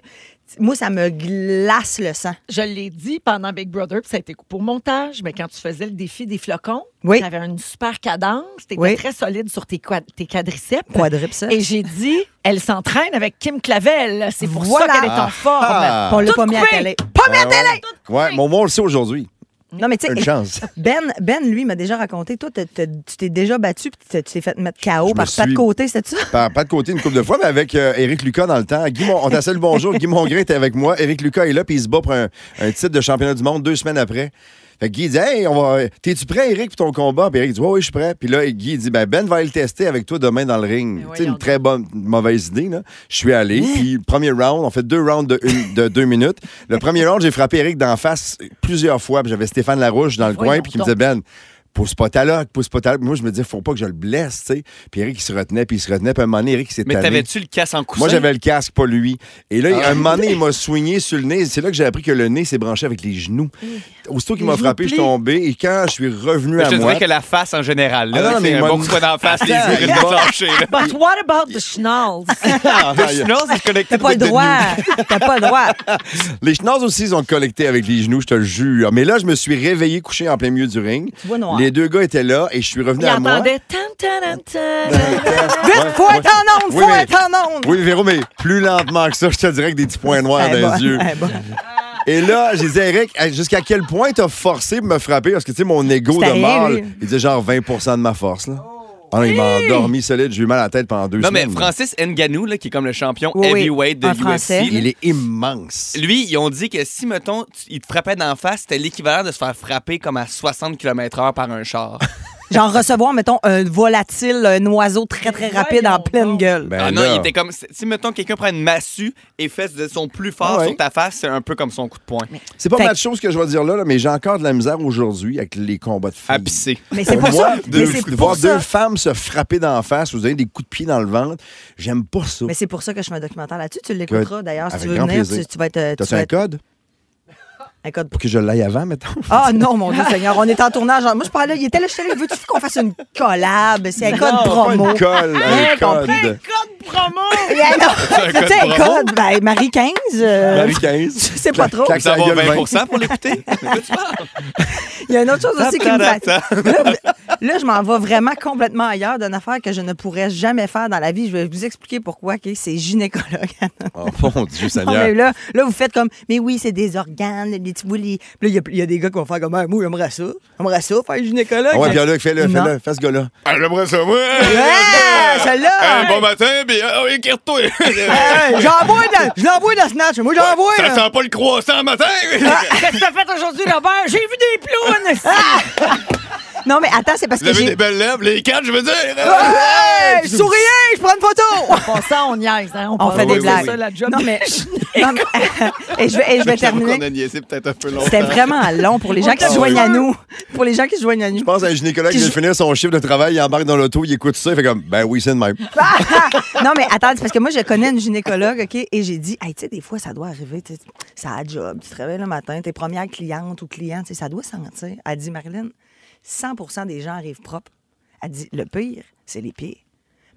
moi, ça me glace le sang. Je l'ai dit pendant Big Brother, puis ça a été coupé au montage, mais quand tu faisais le défi des flocons, Oui. tu avais une super cadence, tu étais Oui. très solide sur tes, quad- tes quadriceps. Quadriceps. Et j'ai dit, elle s'entraîne avec Kim Clavel. C'est pour Voilà. ça qu'elle est en forme. Ah. Puis on l'a Tout pas mis à coupé. télé. Pas mis à Ouais, télé! ouais. Ouais, mon mot, on le [LAUGHS] sait aujourd'hui. Non, mais tu Une sais, chance. Ben, ben, lui, m'a déjà raconté. Toi, t'as- t'as- tu t'es déjà battu puis t'as- tu t'es fait mettre KO Je par me pas de suis- côté, c'est ça? Pas, pas de côté une coupe de fois, mais avec euh, Éric Lucas dans le temps. Guy Mon- on t'a salué le bonjour. Guy Mongrain était avec moi. Éric Lucas est là, puis il se bat pour un, un titre de championnat du monde deux semaines après. Fait que Guy dit Hey, on va. T'es-tu prêt, Éric, pour ton combat? Puis Éric dit Ouais, oui, je suis prêt. Puis là, Guy dit Ben, Ben va aller le tester avec toi demain dans le ring. Tu sais, voyons une très bonne, une mauvaise idée, là. Je suis allé, puis premier round, on fait deux rounds de, une- de deux minutes. Le premier round, j'ai frappé Éric d'en face plusieurs fois, puis j'avais Stéphane Larouche dans le Voyons coin, puis qui me donc. disait Ben, pousse pas ta loque, pousse pas ta loque. Moi, je me disais, faut pas que je le blesse, tu sais. Puis Eric, il se retenait, puis il se retenait. Puis à un moment donné, Eric, il s'est Mais tanné. t'avais-tu le casse en coussin? Moi, j'avais le casque, pas lui. Et là, Ah. à un moment donné, il m'a soigné sur le nez. C'est là que j'ai appris que le nez s'est branché avec les genoux. Aussitôt qu'il m'a frappé, je suis tombé. Et quand je suis revenu Mais à Je te moi. dirais que la face en général, là, Ah non, non, mais c'est un moi- bon coup de poing dans la face, les Attends, yeux il restent va- lâchés. là. But what about the schnalls? Le schnoz est connecté Ah, T'as pas le au bout de droit. T'as pas le [LAUGHS] droit. Les chenards aussi, ils ont collecté avec les genoux, je te le jure. Mais là, je me suis réveillé couché en plein milieu du ring. Tu vois noir. Les deux gars étaient là et je suis revenu Il à moi. entendait. Tan, tan, tan, tan. Ouais, Faut ouais. être en onde, Oui, faut mais- être en onde. Oui, Véro, mais plus lentement que ça, je te dirais que des petits points noirs Eh dans ben, les yeux. eh ben. Et là, j'ai dit, Eric, jusqu'à quel point t'as forcé pour me frapper? Parce que, tu sais, mon ego C'était de rien, mâle, lui. il disait genre 20 de ma force, là. Ah, non, il m'a endormi solide, j'ai eu mal à la tête pendant deux Non, mais semaines. Francis Nganou, là, qui est comme le champion Oui, oui, heavyweight de un UFC, Français. là, Il est immense. lui, ils ont dit que si, mettons, tu- il te frappait d'en face, c'était l'équivalent de se faire frapper comme à 60 km/h par un char. Genre recevoir, mettons, un volatile, un oiseau très, très rapide en Voyons pleine donc. gueule. [LAUGHS] Ben ah non, là. il était comme. Si, mettons, quelqu'un prend une massue et fait de son plus fort Ah ouais. sur ta face, c'est un peu comme son coup de poing. C'est pas Fait mal que- de choses que je vais dire là, là, mais j'ai encore de la misère aujourd'hui avec les combats de filles. À pisser. Mais c'est pour Moi, ça. de, mais c'est de pour voir ça- deux femmes se frapper d'en face ou se donner des coups de pied dans le ventre, j'aime pas ça. Mais c'est pour ça que je fais un documentaire là-dessus. Tu l'écouteras d'ailleurs si Avec tu veux grand venir. plaisir. Tu, tu vas être. euh, Tu T'as-tu vas un être- code? un code Pour que je l'aille avant, mettons. [LAUGHS] Ah non, mon Dieu Seigneur, on est en tournage. Moi, je parlais, il était là, je suis veux-tu qu'on fasse une collab? C'est un code Pas promo. [LAUGHS] une colle, un Bien code. Eh, non, C'est un code, ben, Marie 15. euh, Marie 15. [LAUGHS] je sais pas trop. Claque Vous sa avez gueule, 20 pour l'écouter? Il y a une autre chose aussi qui me fait. Ta-ta-ta. Là, là, je m'en vais vraiment complètement ailleurs d'une affaire que je ne pourrais jamais faire dans la vie. Je vais vous expliquer pourquoi. ok? C'est gynécologue. [LAUGHS] Oh mon Dieu, Non, Seigneur. mais là, là, vous faites comme, mais oui, c'est des organes, les petits bouts, les- Puis là, il y a- il y, a des gars qui vont faire comme, Ah, moi, j'aimerais ça. J'aimerais ça, faire gynécologue. Ah ouais, puis là, fais-le, Non. fais-le, fais ce gars-là. J'aimerais ça, moi! Ah, celle-là! bon matin, puis oh, écarte-toi! Hey, j'en vois dans- je l'envoie dans Snatch. Moi, j'en vois. là. pas le croissant matin! Ah, Qu'est-ce que t'as fait aujourd'hui, Robert? J'ai vu des plounes! Non, mais attends, c'est parce que Levez des j'ai. Ah, belles lèvres, les quatre, je veux dire. [LAUGHS] Hey, souriez, je prends une photo! Bon, ça, on niaise. Hein? On pense fait que des c'est blagues. ça, la job Non, des mais- Non, mais- [LAUGHS] et je vais, et je vais J'avoue qu'on terminer. a niaisé peut-être un peu longtemps. C'était vraiment long pour les gens qui se t'a joignent à vu. nous. Pour les gens qui se joignent à nous. Je pense à un gynécologue qui vient de finir son chiffre de travail, il embarque dans l'auto, il écoute ça, il fait comme Ben oui, c'est de même. [LAUGHS] non, mais attends, c'est parce que moi, je connais une gynécologue, OK, et j'ai dit, hey, tu sais, des fois, ça doit arriver, tu sais, ça a job, tu te réveilles le matin, tes premières clientes ou clients, tu sais, ça doit sentir. Elle dit, Marilyn, 100 des gens arrivent propres. Elle dit, le pire, c'est les pieds.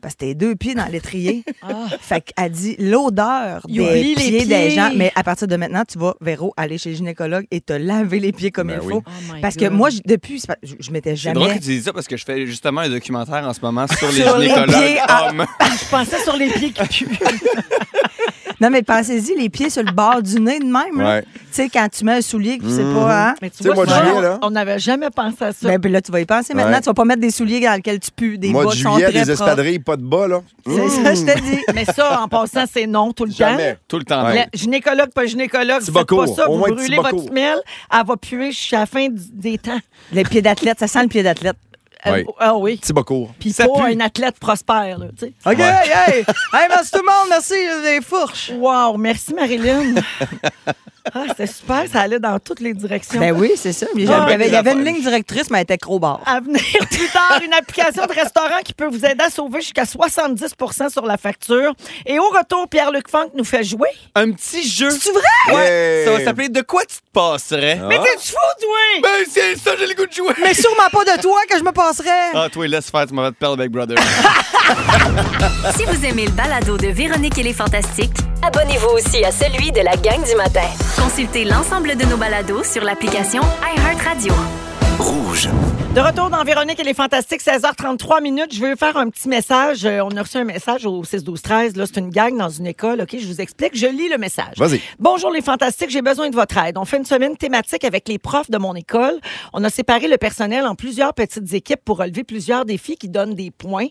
Parce que t'es deux pieds dans [LAUGHS] l'étrier. Ah. Fait qu'elle dit l'odeur Il des oublie les pieds, pieds. des gens. Mais à partir de maintenant, tu vas, Véro, aller chez le gynécologue et te laver les pieds comme Ben il oui. faut. Oh my parce que God. moi, je- depuis, c'est pas- je, je m'étais C'est drôle que jamais. tu dises ça parce que je fais justement un documentaire en ce moment [LAUGHS] sur les Sur les ah. gynécologues pieds à- hommes. Je pensais sur les pieds qui [LAUGHS] puent. Non, mais pensez-y, les pieds sur le bord du nez de même. là. Ouais. Mhm. Tu sais, quand tu mets un soulier, que tu sais pas, hein? Mais tu Tu sais, vois, moi, ça, Julien, là- on n'avait jamais pensé à ça. Ben, ben là, tu vas y penser maintenant. Ouais. Tu vas pas mettre des souliers dans lesquels tu pues, des Mois bas de qui sont juillet, très des propres. espadrilles, pas de bas, là. C'est ça, je te dis. Mais ça, en passant, c'est non tout le Hein? Jamais. temps. Tout le temps. Le gynécologue, pas gynécologue, Petit vous faites pas bocourt. ça, Au vous moins, petit brûlez votre bocourt. miel, elle va puer jusqu'à la fin du- des temps. Les pieds d'athlète, ça sent le pied d'athlète. Euh, Oui. Ah oui. Petit bas court. Puis Ça pas pue. un athlète prospère, là, tu sais. OK, hey, hey! Hey, merci tout le monde, merci les fourches. Wow, merci Marilyn. [LAUGHS] ah, c'était super, ça allait dans toutes les directions. Ben oui, c'est ça. Il y Ah, avait, il y avait une affaires. ligne directrice, mais elle était trop barre. À venir plus tard, une application de restaurant qui peut vous aider à sauver jusqu'à 70 sur la facture. Et au retour, Pierre-Luc Funk nous fait jouer. Ah. Un petit jeu. C'est vrai? Ouais. Hey. Ça va s'appeler De quoi tu te passerais? Mais t'es-tu fou, toi? Ben, c'est ça, j'ai le goût de jouer. Mais sûrement pas de toi que je me passerais. Ah, toi, laisse faire, tu m'as fait perdre, Big Brother. Ah, Si vous aimez le balado de Véronique et les Fantastiques, Abonnez-vous aussi à celui de la gang du matin. consultez l'ensemble de nos balados sur l'application iHeartRadio. De retour dans Véronique et les Fantastiques, 16h33 minutes. Je veux faire un petit message. Euh, on a reçu un message au 6-12-13. Là, c'est une gang dans une école. OK, je vous explique. Je lis le message. Vas-y. Bonjour les Fantastiques, j'ai besoin de votre aide. On fait une semaine thématique avec les profs de mon école. On a séparé le personnel en plusieurs petites équipes pour relever plusieurs défis qui donnent des points.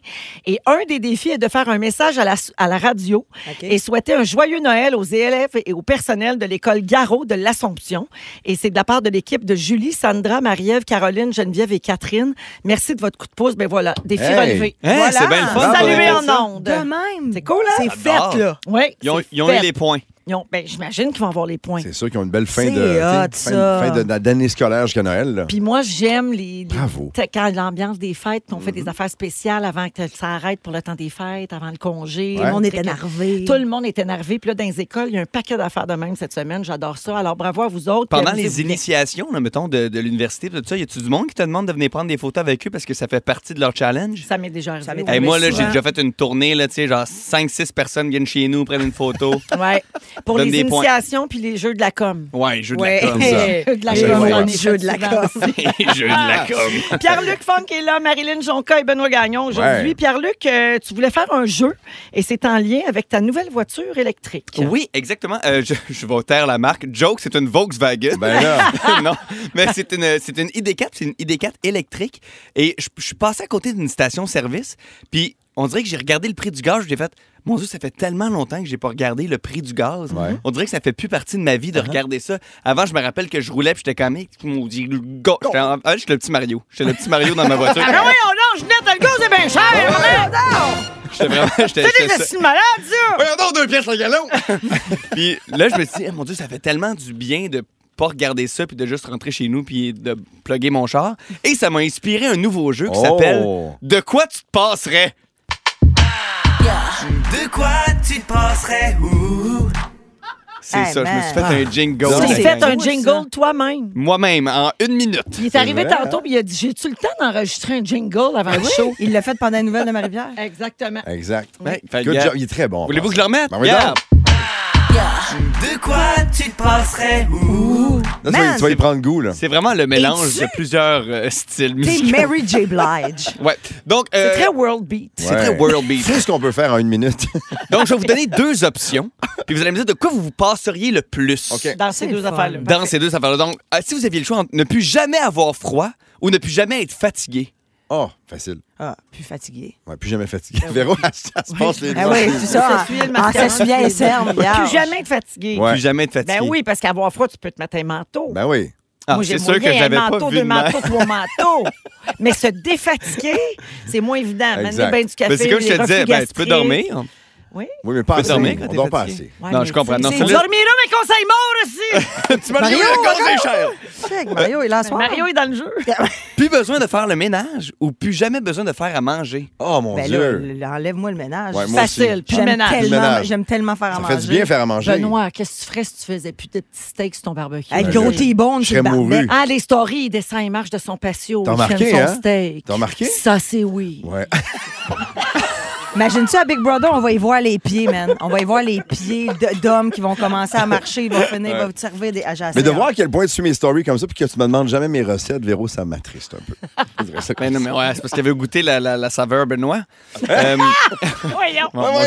Et un des défis est de faire un message à la, à la radio OK. et souhaiter un joyeux Noël aux élèves et au personnel de l'école Garot de l'Assomption. Et c'est de la part de l'équipe de Julie, Sandra, Marie-Ève, Caroline, Geneviève et Catherine. Merci de votre coup de pouce. Ben voilà, défi Hey. relevé. Hein, Voilà. C'est bien le fun. Bravo. Saluer bravo. en ondes. De même. C'est cool, hein? C'est fait, là. Oui, Ils ont, c'est ils ont fait. eu les points. Ils ont- ben, J'imagine qu'ils vont avoir les points. C'est sûr qu'ils ont une belle fin C'est de. tu sais, hot, fin, ça. fin de- de- d'année scolaire jusqu'à Noël, là. Puis moi, j'aime les, les- Bravo. t'sais, quand l'ambiance des fêtes, puis on fait Mm-hmm. des affaires spéciales avant que ça arrête pour le temps des fêtes, avant le congé. Tout le monde est Fait que énervé. Tout le monde est énervé. Puis là, dans les écoles, il y a un paquet d'affaires de même cette semaine. J'adore ça. Alors, bravo à vous autres. puis Pendant les amusez-vous bien. initiations, là, mettons, de, de l'université, tout ça, y a-tu du monde qui te demande de venir prendre des photos avec eux parce que ça fait partie de leur challenge? Ça m'est déjà Ça arrivé. m'est Hey, arrivé. moi, là, souvent. j'ai déjà fait une tournée, là, tu sais, genre 5-6 personnes viennent chez nous, prennent [LAUGHS] une photo. Ouais. Pour Donne les des points. initiations, puis les jeux de la com. Ouais, jeu de Ouais. la [LAUGHS] [LAUGHS] com. [LAUGHS] Jeux de la Jeux de com, la on com. est Jeux de la souvent. com. jeu de la com. [LAUGHS] Pierre-Luc Funk est là, Marilyn Jonca et Benoît Gagnon aujourd'hui. Ouais. Pierre-Luc, euh, tu voulais faire un jeu et c'est en lien avec ta nouvelle voiture électrique. Oui, exactement. Euh, je, [LAUGHS] je vais taire la marque. Joke, c'est une Volkswagen. Ben là. [LAUGHS] non, mais c'est une, c'est une ID4, c'est une ID4 électrique. Et je, je suis passé à côté d'une station-service, puis on dirait que j'ai regardé le prix du gaz, j'ai fait... Mon Dieu, ça fait tellement longtemps que j'ai pas regardé le prix du gaz. Ouais. On dirait que ça fait plus partie de ma vie de regarder ça. Avant, je me rappelle que je roulais puis j'étais comme, Hey, maudit gars. J'étais en- ah, j'étais le petit Mario. J'étais le petit Mario dans ma voiture. [LAUGHS] Ah oui, on a, Ginette, le gars, c'est bien cher! hein? J'étais vraiment. J'étais, C'est j'étais des ça. astuces de malades, ça! Voyons donc, deux pièces le galon! [LAUGHS] puis là, je me suis dit, Ah, mon Dieu, ça fait tellement du bien de pas regarder ça puis de juste rentrer chez nous puis de plugger mon char. Et ça m'a inspiré un nouveau jeu qui Oh. s'appelle De quoi tu te passerais? De quoi tu te passerais Ouh. C'est Hey, ça, je me suis fait man. un jingle. Ah, Tu c'est t'es fait cool, un ça. jingle toi-même. Moi-même, en une minute. Il est arrivé vrai, hein? tantôt, puis il a dit J'ai-tu le temps d'enregistrer un jingle avant Ah le show? Ben Euh, Il l'a fait pendant la nouvelle de Marie-Pierre. Exactement. Exact. Ouais, fait Good que- job, il est très bon. Voulez-vous que je le remette? Ben oui, Regarde. donc. De quoi tu te passerais Ouh. Là, tu vas, tu vas y prendre goût, là. C'est vraiment le mélange de plusieurs euh, styles T'es musicaux. Mary J. Blige. Ouais. Donc, C'est euh, très world beat. c'est très world beat. C'est ce qu'on peut faire en une minute. [LAUGHS] donc, je vais vous donner deux options. Puis vous allez me dire de quoi vous vous passeriez le plus. OK. Dans ces C'est deux fun. affaires-là. dans ces deux affaires-là. Donc, euh, si vous aviez le choix entre ne plus jamais avoir froid ou ne plus jamais être fatigué, oh, facile. Ah, plus fatigué. Ouais, plus jamais fatigué. Véro, ça se passe les Ah oui, doigts. c'est ça. s'essuyer le En mascara. s'essuyant les cernes, Plus regarde. jamais être fatigué. Ouais. plus jamais être fatigué. Ben oui, parce qu'avoir froid, tu peux te mettre un manteau. Ben oui. Ah, Ben Ben, Moi, j'ai c'est sûr moyen que je un l'avais pas manteau, vu deux de même. manteaux, trois manteaux. Mais se défatiguer, c'est moins évident. Maintenant, Exact. ben du café, Ben, c'est comme je les te disais, reflux ben, tu peux gastriques. dormir. Oui. Oui, mais pas Tu peux assez. dormir quand On t'es dort pas fatigué. assez. Ouais, Non, mais je comprends. Non, C'est celui-là- dormir là, mais conseil mort aussi! [LAUGHS] tu m'as Mario, donné un conseil cher. Tu sais, avec Mario, il est là ce soir. Mario est dans le jeu. Plus besoin de faire le ménage ou plus jamais besoin de faire à manger. Oh mon Ben là, Dieu. l- enlève-moi le ménage. Ouais, moi aussi. Facile, puis le J'aime ménage. Le tellement, ménage. j'aime tellement faire à Ça manger. fait du bien faire à manger. Benoît, qu'est-ce que tu ferais si tu faisais plus de petits steaks sur ton barbecue? Avec gros T-bone, Je serais mouru. Ah, les stories, il descend, il marche de son patio. T'as il fait remarqué, son hein? steak. T'as remarqué? Ça, c'est oui. Ouais. Imagine-tu à Big Brother, on va y voir les pieds, man. On va y voir les pieds de- d'hommes qui vont commencer à marcher. Ils vont finir, ils vont te servir des agents. Mais de voir à quel point tu suis mes stories comme ça puis que tu me demandes jamais mes recettes, Véro, ça m'attriste un peu. Je dirais ça comme Ben non, mais ouais, c'est parce qu'il avait goûté la, la- la saveur [LAUGHS] Benoît. Euh, Voyons. bon, Oh. moi,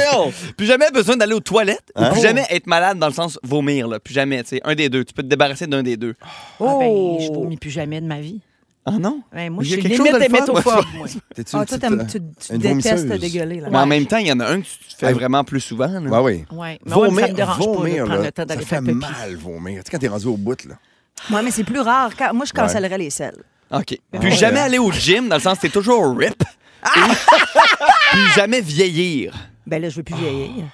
je- plus jamais besoin d'aller aux toilettes ou plus Hein? jamais être malade dans le sens vomir. Là. Plus jamais, tu sais, un des deux. Tu peux te débarrasser d'un des deux. Ah ben, je Oh! vomis plus jamais de ma vie. Ah non? Ben, moi, Il je y a suis quelque chose limite de le fun, hémétophobe. moi. T'es-tu Ah, toi, une petite, euh, t'aimes- tu, tu une détestes vomisseuse? dégueuler. Là. Mais en même temps, il y en a un que tu fais Hey. vraiment plus souvent. là. euh, Ouais, oui. Ouais. Mais moi, ça me dérange vomir, pas de prendre là, le temps d'aller ça faire fait pipi. mal vomir. Tu sais, quand t'es rendu au bout, là. Ouais, mais c'est plus rare. Quand- moi, je cancellerais les selles. OK. Puis ouais. jamais aller au gym, dans le sens que t'es toujours au rip. [LAUGHS] Puis jamais vieillir. Ben là, je veux plus vieillir.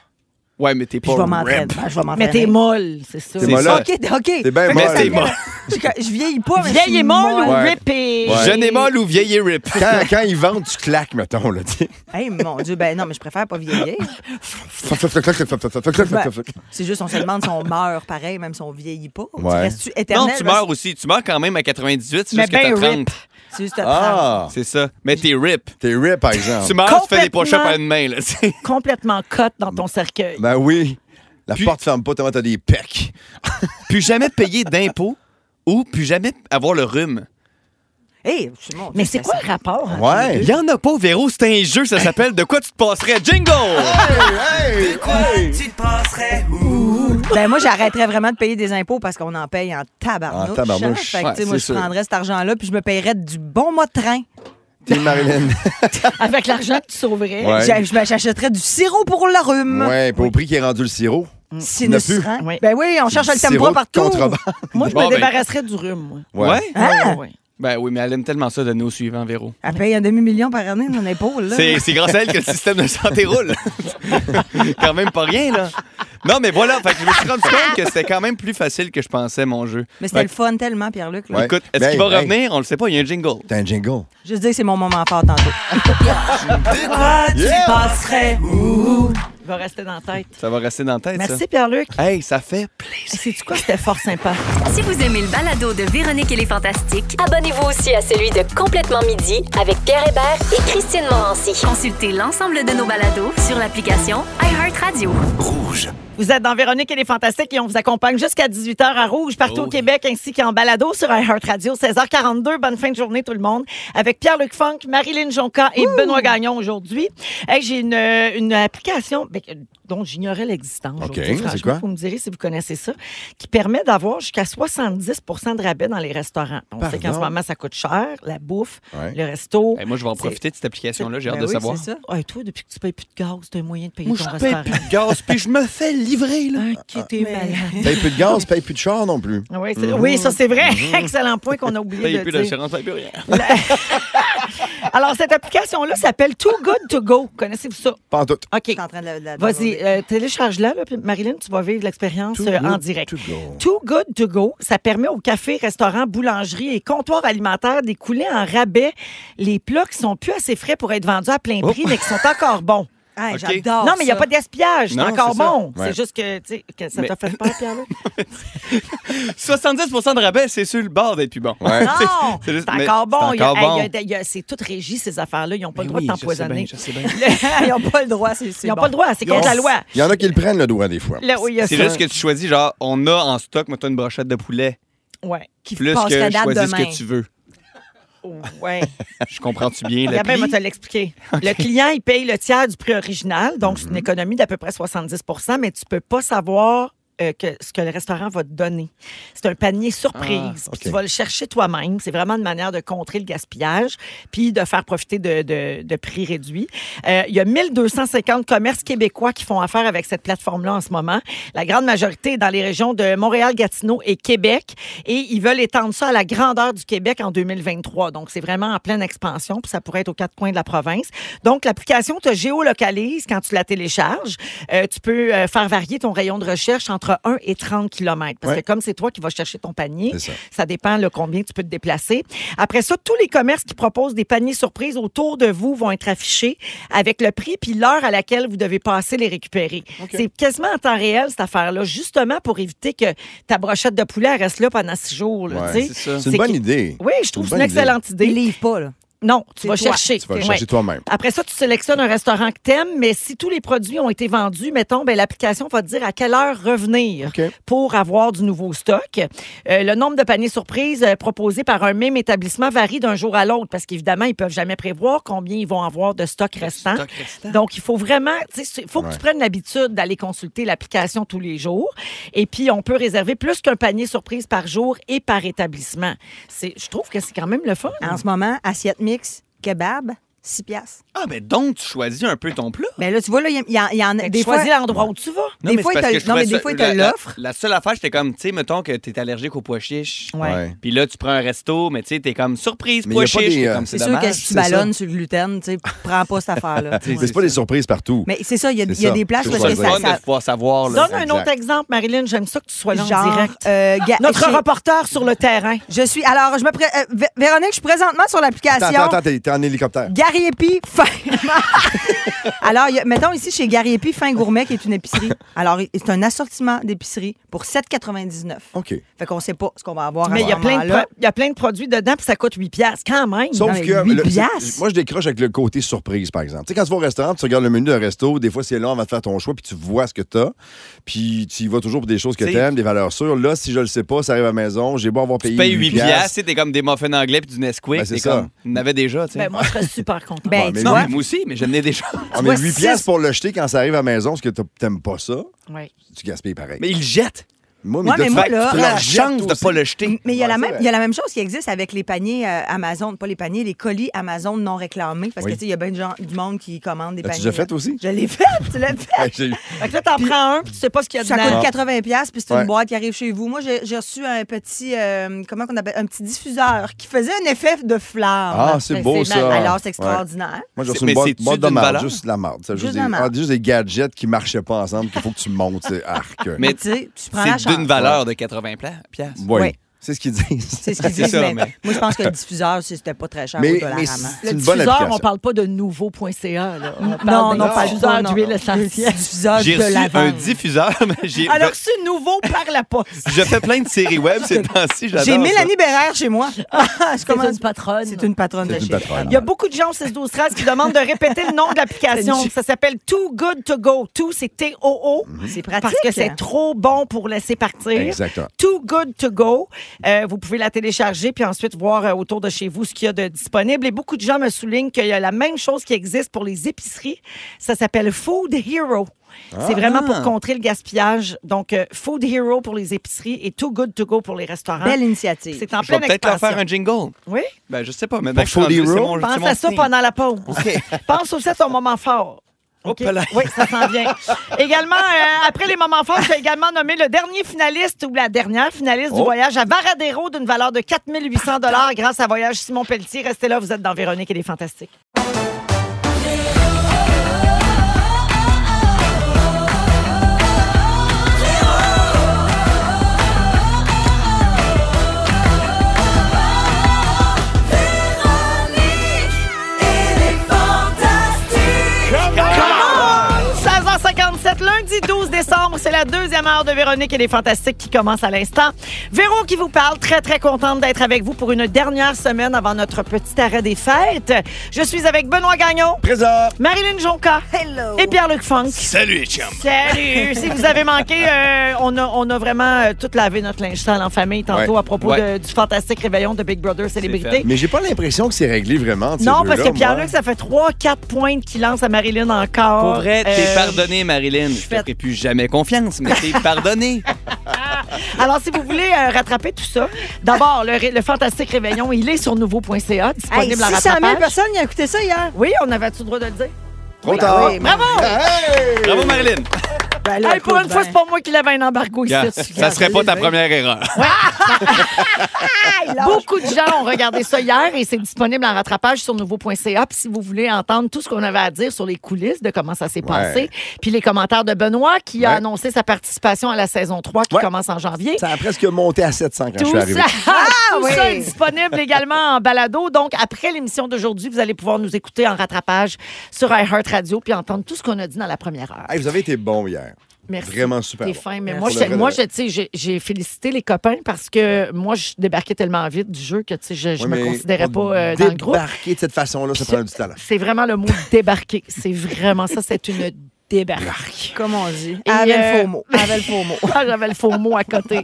Ouais, mais t'es Puis je pas vais rip. m'entraîner. Ben, je vais m'entraîner. Mais t'es molle, c'est ça. T'es C'est molle. ça. OK, t'es- OK. T'es bien Fait que molle. ça fait- T'es molle. Je, je vieillis pas, mais je Vieille suis et molle ou molle. Ouais. rippée? Ouais. Jeune et molle ou vieille et rip. Quand, quand ils vendent, tu claques, mettons, là. tu sais. Hey, mon Dieu, ben non, mais je préfère pas vieillir. Ben, c'est juste, on se demande si on meurt pareil, même si on vieillit pas. Tu Ouais. restes-tu éternel? Non, tu là, meurs aussi. Tu meurs quand même à 98, c'est Mais juste que ben t'as rip. 30. C'est juste à prendre. Ah! C'est ça. Mais t'es rip. T'es rip, par exemple. Tu meurs, tu fais des Complètement. push-ups à une main, là, tu [LAUGHS] sais. Complètement cote dans ton cercueil. Ben oui. La Puis- porte ferme pas tellement t'as des pecs. Plus jamais payer d'impôts ou plus jamais avoir le rhume. Hey, je suis mon Dieu, Mais c'est quoi ça? le rapport? hein? Ouais. Il y en a pas, Véro, c'est un jeu, ça s'appelle De quoi tu te passerais? Jingle! Hey, hey, hey. Tu te passerais où? Ben moi, j'arrêterais vraiment de payer des impôts parce qu'on en paye en tabarnouche. En tabarnouche. hein. Fait que, tu sais, Ouais, moi, c'est je sûr. prendrais cet argent-là puis je me payerais du bon mot de train. [LAUGHS] T'es Marilyn. Avec l'argent que tu sauverais. Ouais. J'a- Je m'achèterais du sirop pour le rhume. Ouais, puis au prix qui est rendu le sirop. Sinustrant. Oui. Ben oui, on Mm. cherche le thème Sirop de partout. contrebande. Moi, je Bon, me ben. débarrasserais du rhume, moi. Ouais. Ouais, ouais. Ben oui, mais elle aime tellement ça donner au suivant, Véro. Elle paye un demi-million par année dans l'épaule. là. C'est c'est grâce à elle que le système de [LAUGHS] santé roule. quand même pas rien, là. Non, mais voilà, fait que je me suis rendu compte que c'était quand même plus facile que je pensais, mon jeu. Mais c'était Fait le fun tellement, Pierre-Luc. là. Ouais. Écoute, est-ce Ben, qu'il va ben. revenir? On le sait pas, il y a un jingle. T'as un jingle. Je dis que c'est mon moment fort [LAUGHS] tantôt. [LAUGHS] De quoi tu Yeah! passerais où? Il va rester dans la tête. Ça va rester dans la tête, Merci, Pierre-Luc. ça. Hey, ça fait plaisir. C'est-tu quoi? C'était fort sympa. Si vous aimez le balado de Véronique et les Fantastiques, Abonnez-vous aussi à celui de Complètement Midi avec Pierre Hébert et Christine Morancy. consultez l'ensemble de nos balados sur l'application iHeartRadio. Vous êtes dans Véronique et les Fantastiques et on vous accompagne jusqu'à 18h à Rouge, partout au Oh. Québec, ainsi qu'en balado sur iHeartRadio, 16h42. Bonne fin de journée, tout le monde. Avec Pierre-Luc Funk, Marilyn Jonca et Benoît Gagnon aujourd'hui. Hey, J'ai une, une application ben, dont j'ignorais l'existence. OK, aujourd'hui, c'est franchement. quoi? Vous me direz si vous connaissez ça, qui permet d'avoir jusqu'à 70 de rabais dans les restaurants. On sait qu'en Pardon? ce moment, ça coûte cher, la bouffe, Ouais. le resto. Hey, moi, je vais en C'est- profiter de cette application-là, j'ai hâte Ben de oui, savoir. c'est ça. Ouais, Ah, toi, depuis que tu payes plus de gaz, t'as un moyen de payer Moi, ton je paye restaurant. plus de gaz, puis je me fais livrer, là. Qui t'es malade. Paye plus de gaz, paye plus de char non plus. Ah ouais, Ah, c'est- Oui, ça c'est vrai. [LAUGHS] Excellent point qu'on a oublié Paye de plus dire. d'assurance, paye plus rien. Alors, cette application-là s'appelle Too Good To Go. Connaissez-vous ça? Pas en tout. Je OK. suis en train de la- de la- Vas-y, euh, télécharge-la. là, puis Marilyn, tu vas vivre l'expérience euh, en direct. Tout go. Too Good To Go, ça permet aux cafés, restaurants, boulangeries et comptoirs alimentaires d'écouler en rabais les plats qui sont plus assez frais pour être vendus à Oh. plein prix, mais qui sont encore [LAUGHS] bons. Hey, OK. J'adore. non, mais il n'y a ça. pas de gaspillage. C'est Non, encore c'est ça. bon. Ouais. C'est juste que, tu sais, que ça Mais- t'a fait peur, Pierre. 70 de rabais, c'est sur le bord d'être plus bon. Ouais. Non! [LAUGHS] C'est juste- C'est mais encore bon. c'est Il y a- hey, il encore y a bon. des- il y a- C'est tout régi, ces affaires-là. Ils n'ont pas Ben le droit oui, de je sais bien, t'empoisonner. je sais bien. [LAUGHS] Ils n'ont pas le droit. c'est- c'est Ils n'ont bon. pas le droit, c'est contre la Yes. loi. Il y en a qui le prennent le doigt des fois. Là, oui, il y a C'est ça. juste que tu choisis, genre, on a en stock, mettons, une brochette de poulet. Ouais. Qui Plus que passerait je date choisis ce demain. que tu veux. [LAUGHS] Ouais. Je comprends-tu bien le Gabin va prix? te l'expliquer. Le client, Mm-hmm. il paye le tiers du prix original, donc c'est une économie d'à peu près 70 mais tu peux pas savoir euh, que ce que le restaurant va te donner. C'est un panier surprise. Ah, Puis OK. Tu vas le chercher toi-même. C'est vraiment une manière de contrer le gaspillage puis de faire profiter de, de- de prix réduits. Euh, il y a 1250 commerces québécois qui font affaire avec cette plateforme-là en ce moment. La grande majorité est dans les régions de Montréal, Gatineau et Québec. Et ils veulent étendre ça à la grandeur du Québec en 2023. Donc, c'est vraiment en pleine expansion. Puis ça pourrait être aux quatre coins de la province. Donc, l'application te géolocalise quand tu la télécharges. Euh, tu peux euh, faire varier ton rayon de recherche entre 1 et 30 km. Parce Ouais. que comme c'est toi qui vas chercher ton panier, C'est ça. ça dépend le combien tu peux te déplacer. Après ça, tous les commerces qui proposent des paniers surprises autour de vous vont être affichés avec le prix puis l'heure à laquelle vous devez passer les récupérer. C'est quasiment en temps réel cette affaire-là, justement pour éviter que ta brochette de poulet elle reste là pendant six jours. là, Ouais, tu sais. C'est ça. C'est C'est une bonne que- idée. Oui, je trouve que c'est une une bonne idée. excellente idée. Il livre pas, là. Non, tu C'est vas toi. chercher. Tu vas le Ouais. chercher toi-même. Après ça, tu sélectionnes un restaurant que t'aimes, mais si tous les produits ont été vendus, mettons, ben, l'application va te dire à quelle heure revenir OK. pour avoir du nouveau stock. Euh, le nombre de paniers surprises euh, proposés par un même établissement varie d'un jour à l'autre parce qu'évidemment, ils peuvent jamais prévoir combien ils vont avoir de stock restant. Stock restant. Donc, il faut vraiment, tu sais, il faut que Ouais. tu prennes l'habitude d'aller consulter l'application tous les jours. Et puis, on peut réserver plus qu'un panier surprise par jour et par établissement. C'est, je trouve que c'est quand même le fun. En ce moment, assiette mix, kebab, 6 piastres. Ah, mais donc, tu choisis un peu ton plat. Ben là, tu vois, là, il y, a- il y en- il y en a Fait que des fois. choisis l'endroit où tu vas. Des fois, c'est il parce te- que je non, mais trouvais des ça- fois, il te la- la- l'offre. La, seule affaire, j'étais comme, tu sais, mettons que t'es allergique aux pois chiches. Ouais. Ouais. Puis là, tu prends un resto, mais tu sais, t'es comme surprise, Mais y pois a pas chiches. des, T'es euh, comme, C'est C'est sûr que dommage. si tu c'est ça. ballonnes sur le gluten, tu sais, prends pas cette affaire-là. C'est- Mais [LAUGHS] c'est pas des surprises partout. Mais c'est ça, il y a, il y a C'est des ça. places C'est où C'est est-ce le que ça, fun ça. de ça pouvoir savoir. là. Donne un Exact. autre exemple, Marilyn. J'aime ça que tu sois là en genre, direct. euh, ga- Notre chez- reporter sur le terrain. Je suis. Alors, je me. pré- euh, Vé- Véronique, je suis présentement sur Attends, l'application. attends, attends, t'es t'es en hélicoptère. Gary Epi, fin. [LAUGHS] Alors, il y a- mettons ici chez Gary Epi, fin gourmet, qui est une épicerie. Alors, il- c'est un assortiment d'épicerie pour 7,99. OK. Fait qu'on sait pas ce qu'on va avoir Mais à il y, a ce plein de moment-là. pro- il y a plein de produits dedans, puis ça coûte 8 piastres quand même. Ben Sauf Non, mais que. huit le- piastres. moi, je décroche avec le côté surprise, par exemple. Tu sais, quand tu vas au restaurant, tu regardes le menu d'un resto, des fois, c'est long avant de faire ton choix, puis tu vois ce que t'as. Puis tu y vas toujours pour des choses que Tu sais- t'aimes, des valeurs sûres. Là, si je le sais pas, ça arrive à la maison, j'ai beau avoir payé. Tu payes 8 piastres. piastres, tu sais, t'es comme des muffins anglais puis du Nesquik. Ben, c'est t'es ça. comme, On en avait déjà, tu sais. Ben, moi, je serais super contente. Ben, Ouais, mais tu non, vois, mais moi aussi, mais j'en ai [LAUGHS] déjà. Ah, mais Tu 8 vois, piastres six- pour le jeter quand ça arrive à la maison, parce que t'as- t'aimes pas ça, Ouais. tu gaspilles pareil. mais ils le jettent. moi, Ouais, de Ah, mais fait, moi, tu là, te T'as le la rejettes chance de aussi. pas le jeter. Mais il y, a Ouais, la c'est même, vrai. il y a la même chose qui existe avec les paniers euh, Amazon, pas les paniers, les colis Amazon non réclamés. Parce Oui. que, tu sais, il y a bien de gens- du monde qui commande des L'as-tu paniers. déjà là. fait aussi? Je l'ai fait, tu l'as fait. Ouais, j'ai- Fait que là, t'en prends un, puis tu sais pas ce qu'il y a Ça dedans. coûte 80 pièces puis c'est Ouais. une boîte qui arrive chez vous. Moi j'ai j'ai reçu un petit euh, comment qu'on appelle un petit diffuseur qui faisait un effet de flamme. Ah, c'est Mais beau c'est mal. ça. Alors Ouais. c'est extraordinaire. Moi, j'ai C'est- reçu mais une boîte, c'est-tu boîte de d'une marde, valeur? juste de la marde. C'est Juste, Juste des, de la marde. ah, juste des gadgets qui marchaient pas ensemble qu'il faut que tu montes. C'est arc. Mais Tu sais, tu prends la c'est chance. d'une valeur de 80 pla- piastres. Oui. Ouais. C'est ce qu'ils disent. C'est ce qu'ils C'est disent, ça, mais mais- moi je pense que le diffuseur c'est- c'était pas très cher Mais- au dollar mais à main. C'est Le une bonne diffuseur, on application. parle pas de nouveau.ca. là. On parle Non, de non, pas le diffuseur non, d'huile non. essentielle. Le diffuseur J'ai de reçu lavande. un diffuseur, [LAUGHS] mais j'ai. Ah, Alors, reçu nouveau par la poste. Je fais plein de [LAUGHS] séries web ces temps-ci, [LAUGHS] j'adore. J'ai ça. Mélanie Bérère chez moi. Je C'est commande- une patronne. C'est une patronne de C'est une chez patronne. Il y a beaucoup de gens au 12 13 qui demandent de répéter le nom de l'application. Ça s'appelle Too Good To Go. Too, c'est T-O-O. C'est pratique. hein? Parce que c'est trop bon pour laisser partir. Exactement. Too Good To Go. Euh, vous pouvez la télécharger puis ensuite voir euh, autour de chez vous ce qu'il y a de disponible. Et beaucoup de gens me soulignent qu'il y a la même chose qui existe pour les épiceries. Ça s'appelle Food Hero. C'est vraiment pour contrer le gaspillage. Donc, euh, Food Hero pour les épiceries et Too Good To Go pour les restaurants. Belle initiative. C'est en Je vais pleine peut-être leur expansion. faire un jingle. Oui? Ben, je sais pas, mais ben, je suis Food rendu- Hero? c'est mon- c'est Pense mon à ça thing. pendant la pause. [LAUGHS] Pense aussi à ton moment fort. OK? Hop là. Oui, ça s'en vient. également, euh, après les moments forts, j'ai également nommé le dernier finaliste ou la dernière finaliste du Oh. voyage à Varadero d'une valeur de 4800 dollars grâce à Voyage Simon Pelletier. Restez là, vous êtes dans Véronique et les Fantastiques. Come on! 16h57, lundi 12 décembre, c'est la deuxième heure de Véronique et les Fantastiques qui commence à l'instant. Véro qui vous parle, très très contente d'être avec vous pour une dernière semaine avant notre petit arrêt des fêtes. Je suis avec Benoît Gagnon, Présent. Marilyn Jonca Hello. et Pierre-Luc Funk. Salut, les chums. Salut! si vous avez manqué, euh, on, a, on a vraiment euh, tout lavé notre linge sale en famille tantôt Ouais. à propos Ouais. de- du fantastique réveillon de Big Brother Célébrité. Mais j'ai pas l'impression que c'est réglé vraiment. de ces Non, parce deux-là, que moi. Pierre-Luc, ça fait 3-4 pointes qu'il lance à Marilyn encore. Pour vrai, t'es Euh, pardonné, Marilyn. Je fait- ne plus jamais chance, mais t'es [LAUGHS] pardonné. Alors, si vous voulez euh, rattraper tout ça, d'abord, le, ré- le fantastique réveillon, il est sur nouveau.ca, Hey, disponible en 600 000 rattrapage. personnes, ils ont écouté ça hier. Ben Oui, on avait-tu le droit de le dire? Trop Oui, tard. oui, Bravo! Hey! Bravo, [LAUGHS] Marilyn. ben là, Hey, pour une écoute, fois, ben, c'est pas moi qui l'avais un embargo ici. Gars, ça serait pas ta première erreur. [LAUGHS] Beaucoup de gens ont regardé ça hier et c'est disponible en rattrapage sur nouveau.ca. Puis si vous voulez entendre tout ce qu'on avait à dire sur les coulisses de comment ça s'est passé, puis les commentaires de Benoît qui a Ouais. annoncé sa participation à la saison 3 qui Ouais. commence en janvier. Ça a presque monté à 700 quand je suis Tout, arrivé. Ah ça, tout oui. ça est disponible également en balado. Donc, après l'émission d'aujourd'hui, vous allez pouvoir nous écouter en rattrapage sur iHeartRadio puis entendre tout ce qu'on a dit dans la première heure. Hey, vous avez été bon hier. Merci. Vraiment super T'es bon. fin, mais Merci. moi, Pour je, le vrai, moi, le je, tu sais, j'ai- j'ai félicité les copains parce que moi, je débarquais tellement vite du jeu que tu sais, je, je Ouais, me mais considérais on pas euh, dans le groupe. Débarquer de cette façon-là, ça Puis prend du talent. C'est vraiment le mot débarquer. C'est vraiment ça, c'est une débarque. Comme on dit, Et, avec euh, le faux mot. Avec le faux mot. Ah, J'avais le faux mot à côté.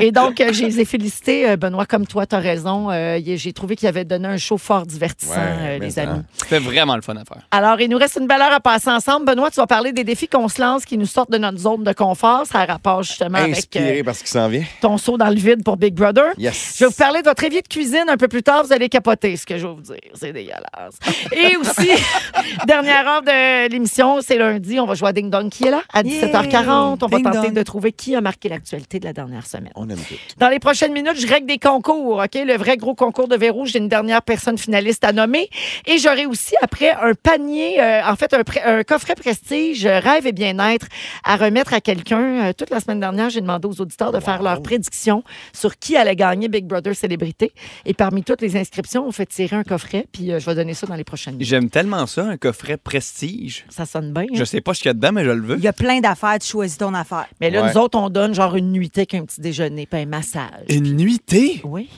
Et donc, euh, je les ai félicités. Euh, Benoît, comme toi, t'as raison. Euh, y- J'ai trouvé qu'il avait donné un show fort divertissant, Ouais, euh, mais hein. les ça. amis. C'était vraiment le fun à faire. Alors, il nous reste une belle heure à passer ensemble. Benoît, tu vas parler des défis qu'on se lance qui nous sortent de notre zone de confort. Ça a rapport justement avec Inspiré euh, par ce qui s'en vient. ton saut dans le vide pour Big Brother. Yes. [LAUGHS] Je vais vous parler de votre évier de cuisine un peu plus tard. Vous allez capoter ce que je vais vous dire. C'est dégueulasse. [LAUGHS] Et aussi, [LAUGHS] dernière heure de l'émission, c'est lundi. On va jouer à Ding Dong qui est là à Yay! 17h40. On va Ding tenter Dong. de trouver qui a marqué l'actualité de la dernière semaine. On aime tout. Dans les prochaines minutes, je règle des concours, OK? Le vrai gros concours de verrou. J'ai une dernière personne finaliste à nommer. Et j'aurai aussi, après, un panier, euh, en fait, un, pré- un coffret prestige, euh, rêve et bien-être à remettre à quelqu'un. Euh, toute la semaine dernière, j'ai demandé aux auditeurs de faire leurs prédictions sur qui allait gagner Big Brother Célébrité. Et parmi toutes les inscriptions, on fait tirer un coffret, puis euh, je vais donner ça dans les prochaines minutes. J'aime tellement ça, un coffret prestige. Ça sonne bien. hein? Je sais pas ce qu'il y a dedans, mais je le veux. [LAUGHS] Il y a plein d'affaires, tu choisis ton affaire. Mais là, Ouais. nous autres, on donne genre une nuitée qu'un petit déjeuner, puis un massage. Une nuitée? Oui?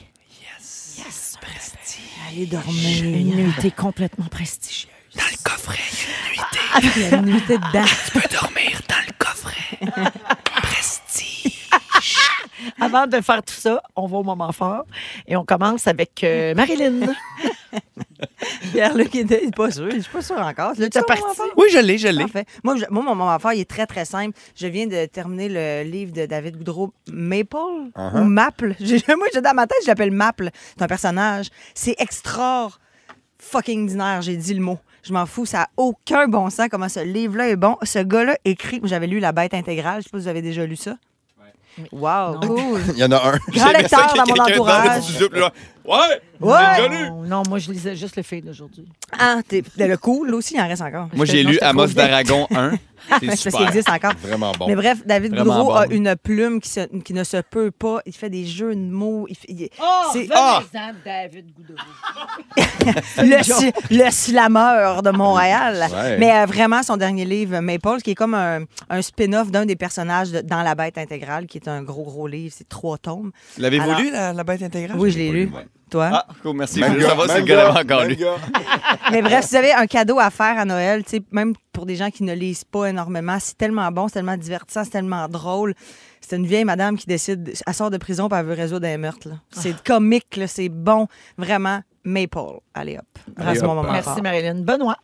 Yes. Yes. Prestige. Allez Une dormir. nuitée complètement prestigieuse. Dans le coffret, il y a une [LAUGHS] nuitée. Il y a une nuitée dedans. Tu peux dormir dans le coffret. prestige. Avant de faire tout ça, on va au moment fort et on commence avec euh, [LAUGHS] Marilyn. Pierre-Luc était il est pas sûr. Je suis pas sûr encore. Là, était tu parti. Oui, je l'ai, je Ah, l'ai. Parfait. Moi, je- moi, mon moment fort, il est très, très simple. Je viens de terminer le livre de David Goudreau, Maple ou Maple. [LAUGHS] J'ai- Moi, j'ai dans ma tête, je l'appelle Maple. C'est un personnage. C'est extra fucking dinaire, j'ai dit le mot. Je m'en fous, ça n'a aucun bon sens comment ce livre-là est bon. Ce gars-là écrit, j'avais lu La Bête intégrale, je sais pas si vous avez déjà lu ça. Wow, cool. Il y en a un. Grand J'aimais ça lecteur qu'il y dans ait mon quelqu'un dans le entourage. studio, puis là, Ouais! Ouais. j'ai déjà lu. Non, Oh, non, moi, je lisais juste le film d'aujourd'hui. [LAUGHS] Ah, t'es- le cool, là aussi, il en reste encore. Moi, j'ai Non, lu c'était Amos trop bien. d'Aragon [LAUGHS] 1. C'est [LAUGHS] C'est parce qu'il super. existe encore. Vraiment bon. Mais bref, David Vraiment Goudreau a bon. une plume qui, se- qui ne se peut pas. Il fait des jeux de mots. Il fait- il- c'est Ah! Oh, David Goudreau. le, si- le slameur de [LAUGHS] Montréal. Ouais. Mais euh, vraiment, son dernier livre, Maple, qui est comme un, un spin-off d'un des personnages de- dans La Bête intégrale, qui est un gros, gros livre. C'est trois tomes. L'avez-vous Alors- lu, la, la bête intégrale? Oui, je l'ai lu. Toi? Ah, cool, merci. Même Je veux gars, savoir si même le gars l'avait gars, encore même lu. gars. Mais bref, si vous avez un cadeau à faire à Noël, tu sais, même pour des gens qui ne lisent pas énormément, c'est tellement bon, c'est tellement divertissant, c'est tellement drôle. C'est une vieille madame qui décide, elle sort de prison pour elle veut résoudre un meurtre. là. C'est comique, là, c'est bon, vraiment. Maple, allez hop. Vraiment, Allez, c'est mon hop. moment Merci, fort. Marilyn. Benoît.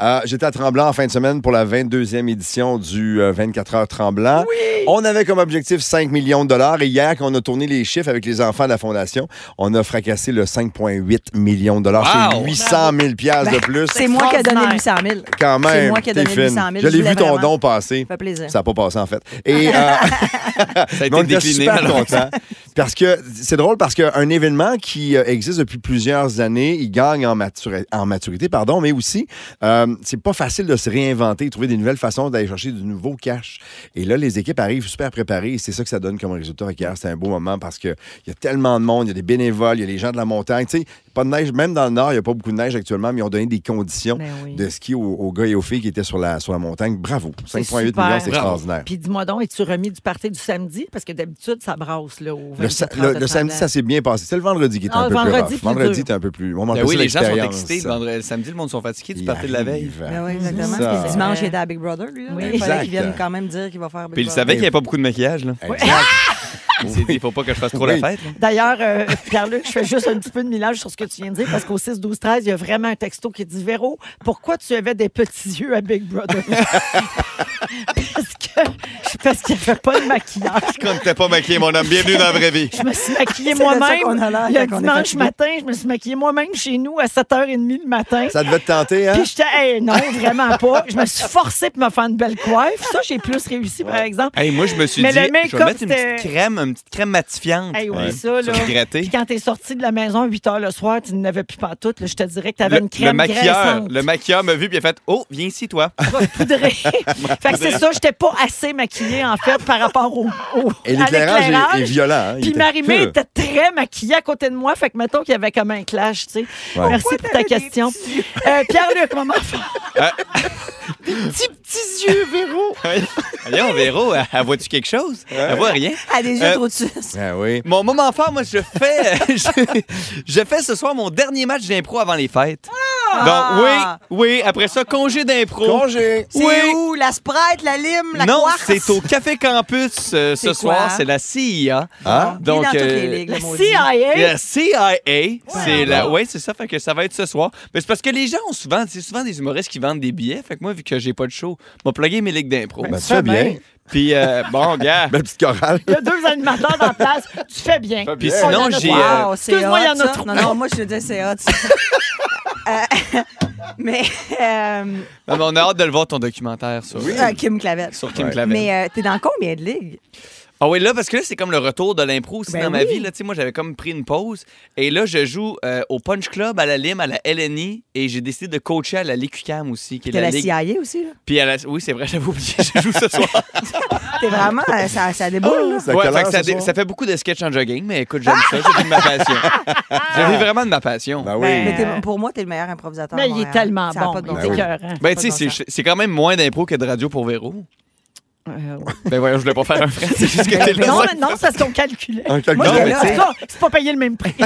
Euh, J'étais à Tremblant en fin de semaine pour la 22e édition du euh, 24 heures Tremblant. On avait comme objectif 5 millions de dollars et hier, quand on a tourné les chiffres avec les enfants de la Fondation, on a fracassé le 5,8 millions de dollars. Wow! C'est 800 000 piastres de plus. Ben, C'est moi qui ai donné extraordinaire. 800 000. Quand même, C'est moi qui ai donné t'es fine. 800 000. Je l'ai voulais vu ton vraiment. don passer. Ça fait plaisir. Ça n'a pas passé, en fait. Et, [LAUGHS] euh, Ça a Mais on était été décliné. super malheureusement. contents. [LAUGHS] Parce que c'est drôle parce qu'un événement qui euh, existe depuis plusieurs années, il gagne en, matura- en maturité, pardon, mais aussi, euh, c'est pas facile de se réinventer, trouver des nouvelles façons d'aller chercher du nouveau cash. Et là, les équipes arrivent super préparées et c'est ça que ça donne comme résultat. Fait qu'hier, C'était un beau moment parce qu'il y a tellement de monde, il y a des bénévoles, il y a les gens de la montagne. Tu sais, pas de neige, même dans le Nord, il n'y a pas beaucoup de neige actuellement, mais ils ont donné des conditions Ben oui. de ski aux, aux gars et aux filles qui étaient sur la, sur la montagne. Bravo. 5,8 super. millions, c'est Bravo. extraordinaire. Puis dis-moi donc, es-tu remis du party du samedi? Parce que d'habitude, ça brasse, là, au Le, 24 sa- heures le- de le samedi, Tremblant. ça s'est bien passé. C'est le vendredi qui est Ah, le un peu vendredi, plus plus rough. Vendredi, dur. t'es un peu plus. On manque Ben pas oui, ça, les gens sont l'expérience. excités. Le vendredi- le samedi, le monde sont fatigués du Il parti de la veille. arrive. Ben oui, exactement. ça. Parce que dimanche, il était à Big Brother, lui. là. Oui. Il fallait Exact. qu'il vienne quand même dire qu'il va faire Big Puis il Brother. [LAUGHS] savait qu'il n'y avait pas beaucoup de maquillage, là. Exact. Il s'est dit, faut pas que je fasse trop Oui. la fête. là. D'ailleurs, euh, Pierre-Luc, je fais juste un petit peu de millage sur ce que tu viens de dire parce qu'au 6, 12, 13, il y a vraiment un texto qui dit Véro, pourquoi tu avais des petits yeux à Big Brother [LAUGHS] Parce que parce qu'il n'y avait pas de maquillage. Comme t'es pas maquillé, mon homme, bienvenue dans la vraie vie. Je me suis maquillée [LAUGHS] C'est de ça moi-même. qu'on a l'air Le quand on est dimanche fatigué. matin, je me suis maquillée moi-même chez nous à 7h30 le matin. Ça devait te tenter, hein? Puis j'étais, Hey, non, vraiment pas. Je me suis forcée pour me faire une belle coiffe. Ça, j'ai plus réussi, par exemple. Hey, moi, je me suis Mais dit, le je vais make-up, mettre une petite c'était- crème, une petite crème matifiante. Hey, oui, Ouais. ça, là. Sur gratter. Puis quand t'es sorti de la maison à 8 h le soir, tu n'avais plus pantoute. Là, je te dirais que t'avais une crème maquilleur, graissante. [LAUGHS] le maquilleur m'a vu puis il a fait Oh, viens ici, [LAUGHS] toi. Pas [LAUGHS] poudré. fait que c'est ça, j'étais pas assez maquillée, en fait, par rapport au, au- Et à l'éclairage est- est, l'éclairage. violent. hein? Il Puis était- Marie-Mé était très maquillée à côté de moi. Fait que mettons qu'il y avait comme un clash, tu sais. Merci pour ta t'avais des question. Euh, Pierre-Luc, [LAUGHS] maman. Petit, petits yeux, Véro. Allons, Véro, elle- elle voit-tu quelque chose? Elle voit rien. À des Euh, yeux trop dessus. Ah oui. Mon moment fort, moi, je fais, euh, [LAUGHS] je, je fais ce soir mon dernier match d'impro avant les fêtes. Ah! Donc, oui, oui, après ça, congé Oh. d'impro. Congé. C'est Oui. où? La Sprite, la lime, la non, quartz? c'est au Café Campus euh, ce C'est soir, quoi? c'est la CIA. Ah. Il est dans toutes les euh, ligues, le La maudit. CIA. La CIA, c'est la. Oui, c'est ça. Fait que ça va être ce soir. Mais c'est parce que les gens ont souvent, c'est souvent des humoristes qui vendent des billets. Fait que moi, vu que j'ai pas de show, m'a plugué mes ligues d'impro. Ben, tu fais bien. Puis euh, bon, [LAUGHS] gars. Belle petite [LAUGHS] chorale. Il y a deux animateurs dans la place. Tu fais bien. Puis bien. On en sinon, a j'ai. trois. euh, Wow, c'est Excuse-moi, hot, il y en a ça. trop. Non, non, moi, je veux dire, c'est [LAUGHS] hot. ça. Euh, [LAUGHS] mais, euh, non, mais on a hâte de le voir ton documentaire sur, euh, Kim Clavel. sur Kim Ouais. Clavel. Mais euh, t'es dans combien de ligues? Ah oui, là, parce que là, c'est comme le retour de l'impro aussi Ben dans ma oui. vie. Là, Tu sais, moi, j'avais comme pris une pause. Et là, je joue euh, au Punch Club, à la Lime, à la LNI. Et j'ai décidé de coacher à la LIQCAM aussi, qui est T'es la, la ligue. CIA aussi, là. Puis à la... Oui, c'est vrai, [LAUGHS] j'avais oublié, je joue ce soir. T'es vraiment... euh, ça, ça déboule, là. C'est à Ouais, quelle fait heure que Oh, ce ça, dé- soir? ça fait beaucoup de sketch en jogging, mais écoute, j'aime ça. Je vis de ma passion. Je vis vraiment de ma passion. Ben oui. Ben, Mais t'es- pour moi, t'es le meilleur improvisateur. Mais à il est Montréal. tellement Ça a bon. pas de Il bon est Ben oui. sens. écœurant. pas Ben, tu de sais, bon c'est- c'est quand même moins d'impro que de radio pour Véro. Euh, Ben, voyons, je voulais pas faire un frère. C'est juste que t'es là. non, ça- mais non, c'est parce qu'on calculait. Un calcul. Moi, Non, j'étais mais là, tu c'est pas- c'est pas payé le même prix. [LAUGHS]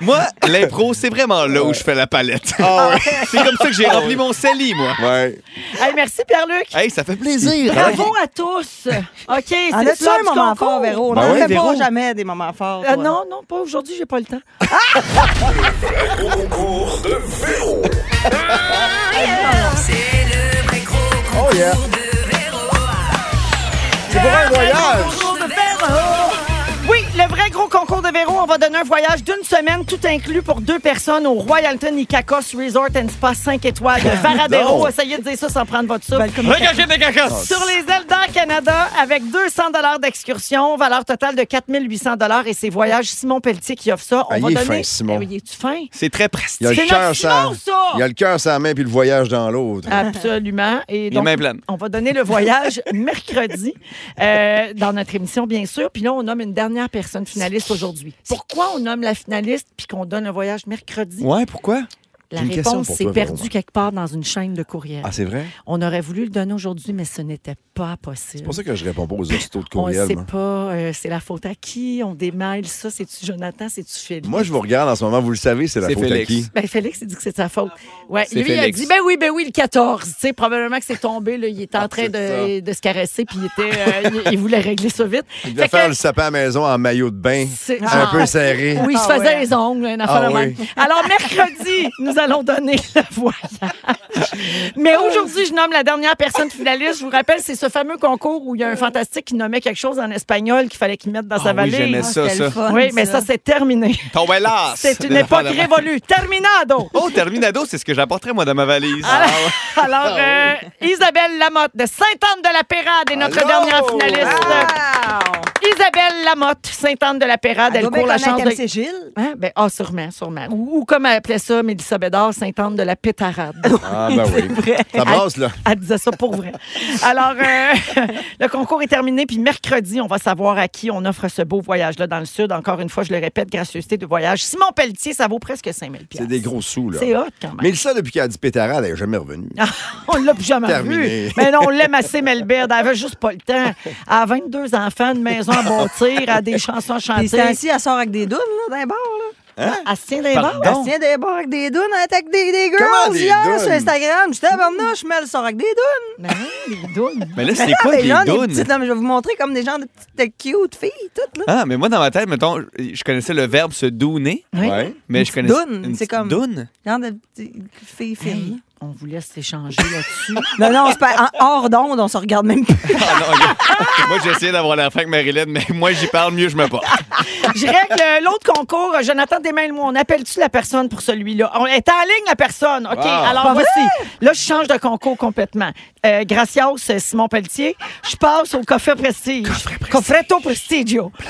Moi, l'impro, c'est vraiment là où je fais la palette. [LAUGHS] c'est comme ça que j'ai rempli mon CELI, moi. Ouais. Hey, merci, Pierre-Luc. Hey, ça fait plaisir. hein? Bravo à tous. OK, c'est On a-tu l'heure un du moment concours? fort, Véro? On Ben n'en oui, fait Véro. pas jamais des moments forts. Euh, toi. non, non, pas aujourd'hui, j'ai pas le temps. C'est le vrai gros Oh yeah. de Véro. C'est pour un voyage. Oui, le vrai gros concours de Véro, on va donner un voyage d'une semaine, tout inclus pour deux personnes au Royalton Icacos Resort and Spa 5 étoiles de Varadero. Non. Essayez de dire ça sans prendre votre souffle. Regardez des cacasses. Sur les ailes d'Air Canada, avec 200 dollars d'excursion, valeur totale de 4800 dollars et ses voyages, Simon Pelletier qui offre ça. On Ah, va il est donner... fin, Simon. Eh oui, il est-tu fin? C'est Il très y a prestigieux. le C'est cœur notre sans. Simon, ça! Il y a le cœur sans main puis le voyage dans Ah. l'autre. Absolument. Et donc, mains pleines. on va donner le voyage [LAUGHS] mercredi euh, dans notre émission, bien sûr. Puis là, on nomme une dernière personne finaliste aujourd'hui. Pourquoi on nomme la finaliste puis qu'on donne le voyage mercredi? Ouais, pourquoi? La J'ai une question réponse, pour c'est toi, Véro. perdu quelque part dans une chaîne de courriel. Ah, c'est vrai? On aurait voulu le donner aujourd'hui, mais ce n'était pas possible. C'est pour ça que je réponds pas aux hostos de On ne courriel. sait moi. pas, euh, c'est la faute à qui, on démêle ça, c'est-tu Jonathan, c'est-tu Félix? Moi, je vous regarde en ce moment, vous le savez, c'est la C'est faute à Félix. qui? Ben, Félix, il dit que c'est de sa faute. Ouais, C'est lui, il a Félix. dit, ben oui, ben oui, le 14. Tu sais, probablement que c'est tombé, là, il était Ah, en train de, de se caresser, puis il, était, euh, il, il voulait régler ça vite. Il devait Fait que- faire le sapin à la maison en maillot de bain, C'est- un Ah. peu serré. Oui, il se Ah faisait ouais. les ongles, une affaire Ah de même. Alors, mercredi, nous allons donner [LAUGHS] le voyage. Mais Oh. aujourd'hui, je nomme la dernière personne finaliste. Je vous rappelle, c'est ce fameux concours où il y a un fantastique qui nommait quelque chose en espagnol qu'il fallait qu'il mette dans sa oui, valise. j'aimais ça, c'était le ça. fun, Oui, mais ça, c'est terminé. Ton hélas. C'est une époque révolue. Terminado! Oh, Terminado, c'est ce que j'apporterais, moi, dans ma valise. Ah, Alors, euh, Isabelle Lamotte de Sainte-Anne-de-la-Pérade est notre Allô? dernière Ah! finaliste. Wow! Isabelle Lamotte, Sainte-Anne-de-la-Pérade, elle, Elle court doit la bien chance connaître MC de... Gilles. Hein? Ben, ah, sûrement, sûrement. Ou, ou comme elle appelait ça, Mélissa Bédard, Sainte-Anne-de-la-Pétarade. Ah, ben oui. Ça brasse, là. Elle disait ça pour vrai. Alors, euh, [LAUGHS] le concours est terminé, puis mercredi, on va savoir à qui on offre ce beau voyage-là dans le Sud. Encore une fois, je le répète, gracieuseté de voyage. Simon Pelletier, ça vaut presque 5000 C'est des gros sous, là. C'est hot, quand même. Mais ça, depuis qu'elle a dit pétarade, elle n'est jamais revenue. Ah, [LAUGHS] on l'a plus jamais Terminé. vu. Mais non, on l'aime assez, Melbert. Elle avait juste pas le temps. Elle a 22 enfants, une maison à bâtir, elle a des chansons à Puis chanter. c'est assis, elle sort avec des dounes, là, d'un bord, là. Elle se tient des bords. Pardon? ben, Tiens, des bars avec des dounes, attaque des, des girls Comment des hier dounes? sur Instagram. J'étais à je mets le sort avec des dounes. Ben oui, les dounes. Mais là, c'est Ah, [LAUGHS] quoi mais des là, on est dounes? petites, non, mais je vais vous montrer comme des gens de petites euh, cute filles, toutes, là. Ah, mais moi, dans ma tête, mettons, je connaissais le verbe se douner, Oui. Ouais. mais je petite connaissais. doune, une c'est petite comme- Doune? Genre de petites filles fines. Hey, on vous laisse échanger là-dessus. Non, non, on se parle- en- hors d'onde, on se regarde même plus. Ah, non, ok. [LAUGHS] moi, j'ai essayé d'avoir la fin avec Marilyn, mais moi, j'y parle mieux, je me porte. [LAUGHS] Je règle euh, l'autre concours. Euh, Jonathan Desmains-Moi, on appelle-tu la personne pour celui-là? On est en ligne, la personne. OK, Wow. alors voici. Là, je change de concours complètement. Euh, Gracias, euh, Simon Pelletier. Je passe au coffret prestige. Coffretto prestigio. ben,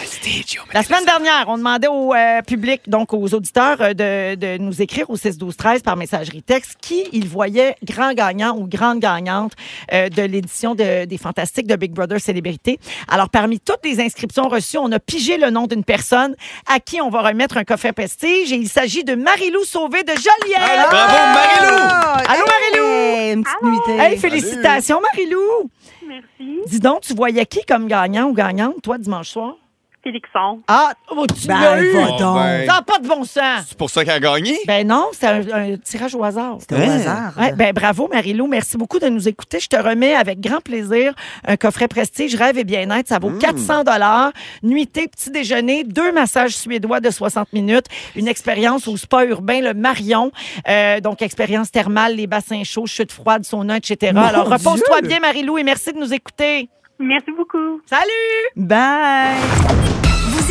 La semaine dernière, on demandait au euh, public, donc aux auditeurs, euh, de, de nous écrire au 6-12-13 par messagerie texte qui ils voyaient grand gagnant ou grande gagnante euh, de l'édition de- des Fantastiques de Big Brother Célébrité. Alors, parmi toutes les inscriptions reçues, on a pigé le nom d'une personne à qui on va remettre un coffret prestige et il s'agit de Marilou Sauvé de Joliette. Bravo, Marilou! Ah, Oh, Allô, hey, Une petite nuitée. Hey, félicitations, Marilou! Merci. Dis donc, tu voyais qui comme gagnant ou gagnante, toi, dimanche soir? Félixon. Ah, oh, tu Ben, l'as eu! va Oh, donc. ben. Ça n'a pas de bon sens! C'est pour ça qu'elle a gagné? Ben non, c'est un, un tirage au hasard. C'était au hasard. Ouais, ben bravo, Marie-Lou. Merci beaucoup de nous écouter. Je te remets avec grand plaisir un coffret prestige, rêve et bien-être. Ça vaut Mmh. 400 dollars. Nuitée, petit déjeuner, deux massages suédois de 60 minutes, une expérience au spa urbain, le Marion. Euh, donc, expérience thermale, les bassins chauds, chute froide, sauna, etc. Mon Alors, Dieu! repose-toi bien, Marie-Lou, et merci de nous écouter. Merci beaucoup. Salut! Bye! Vous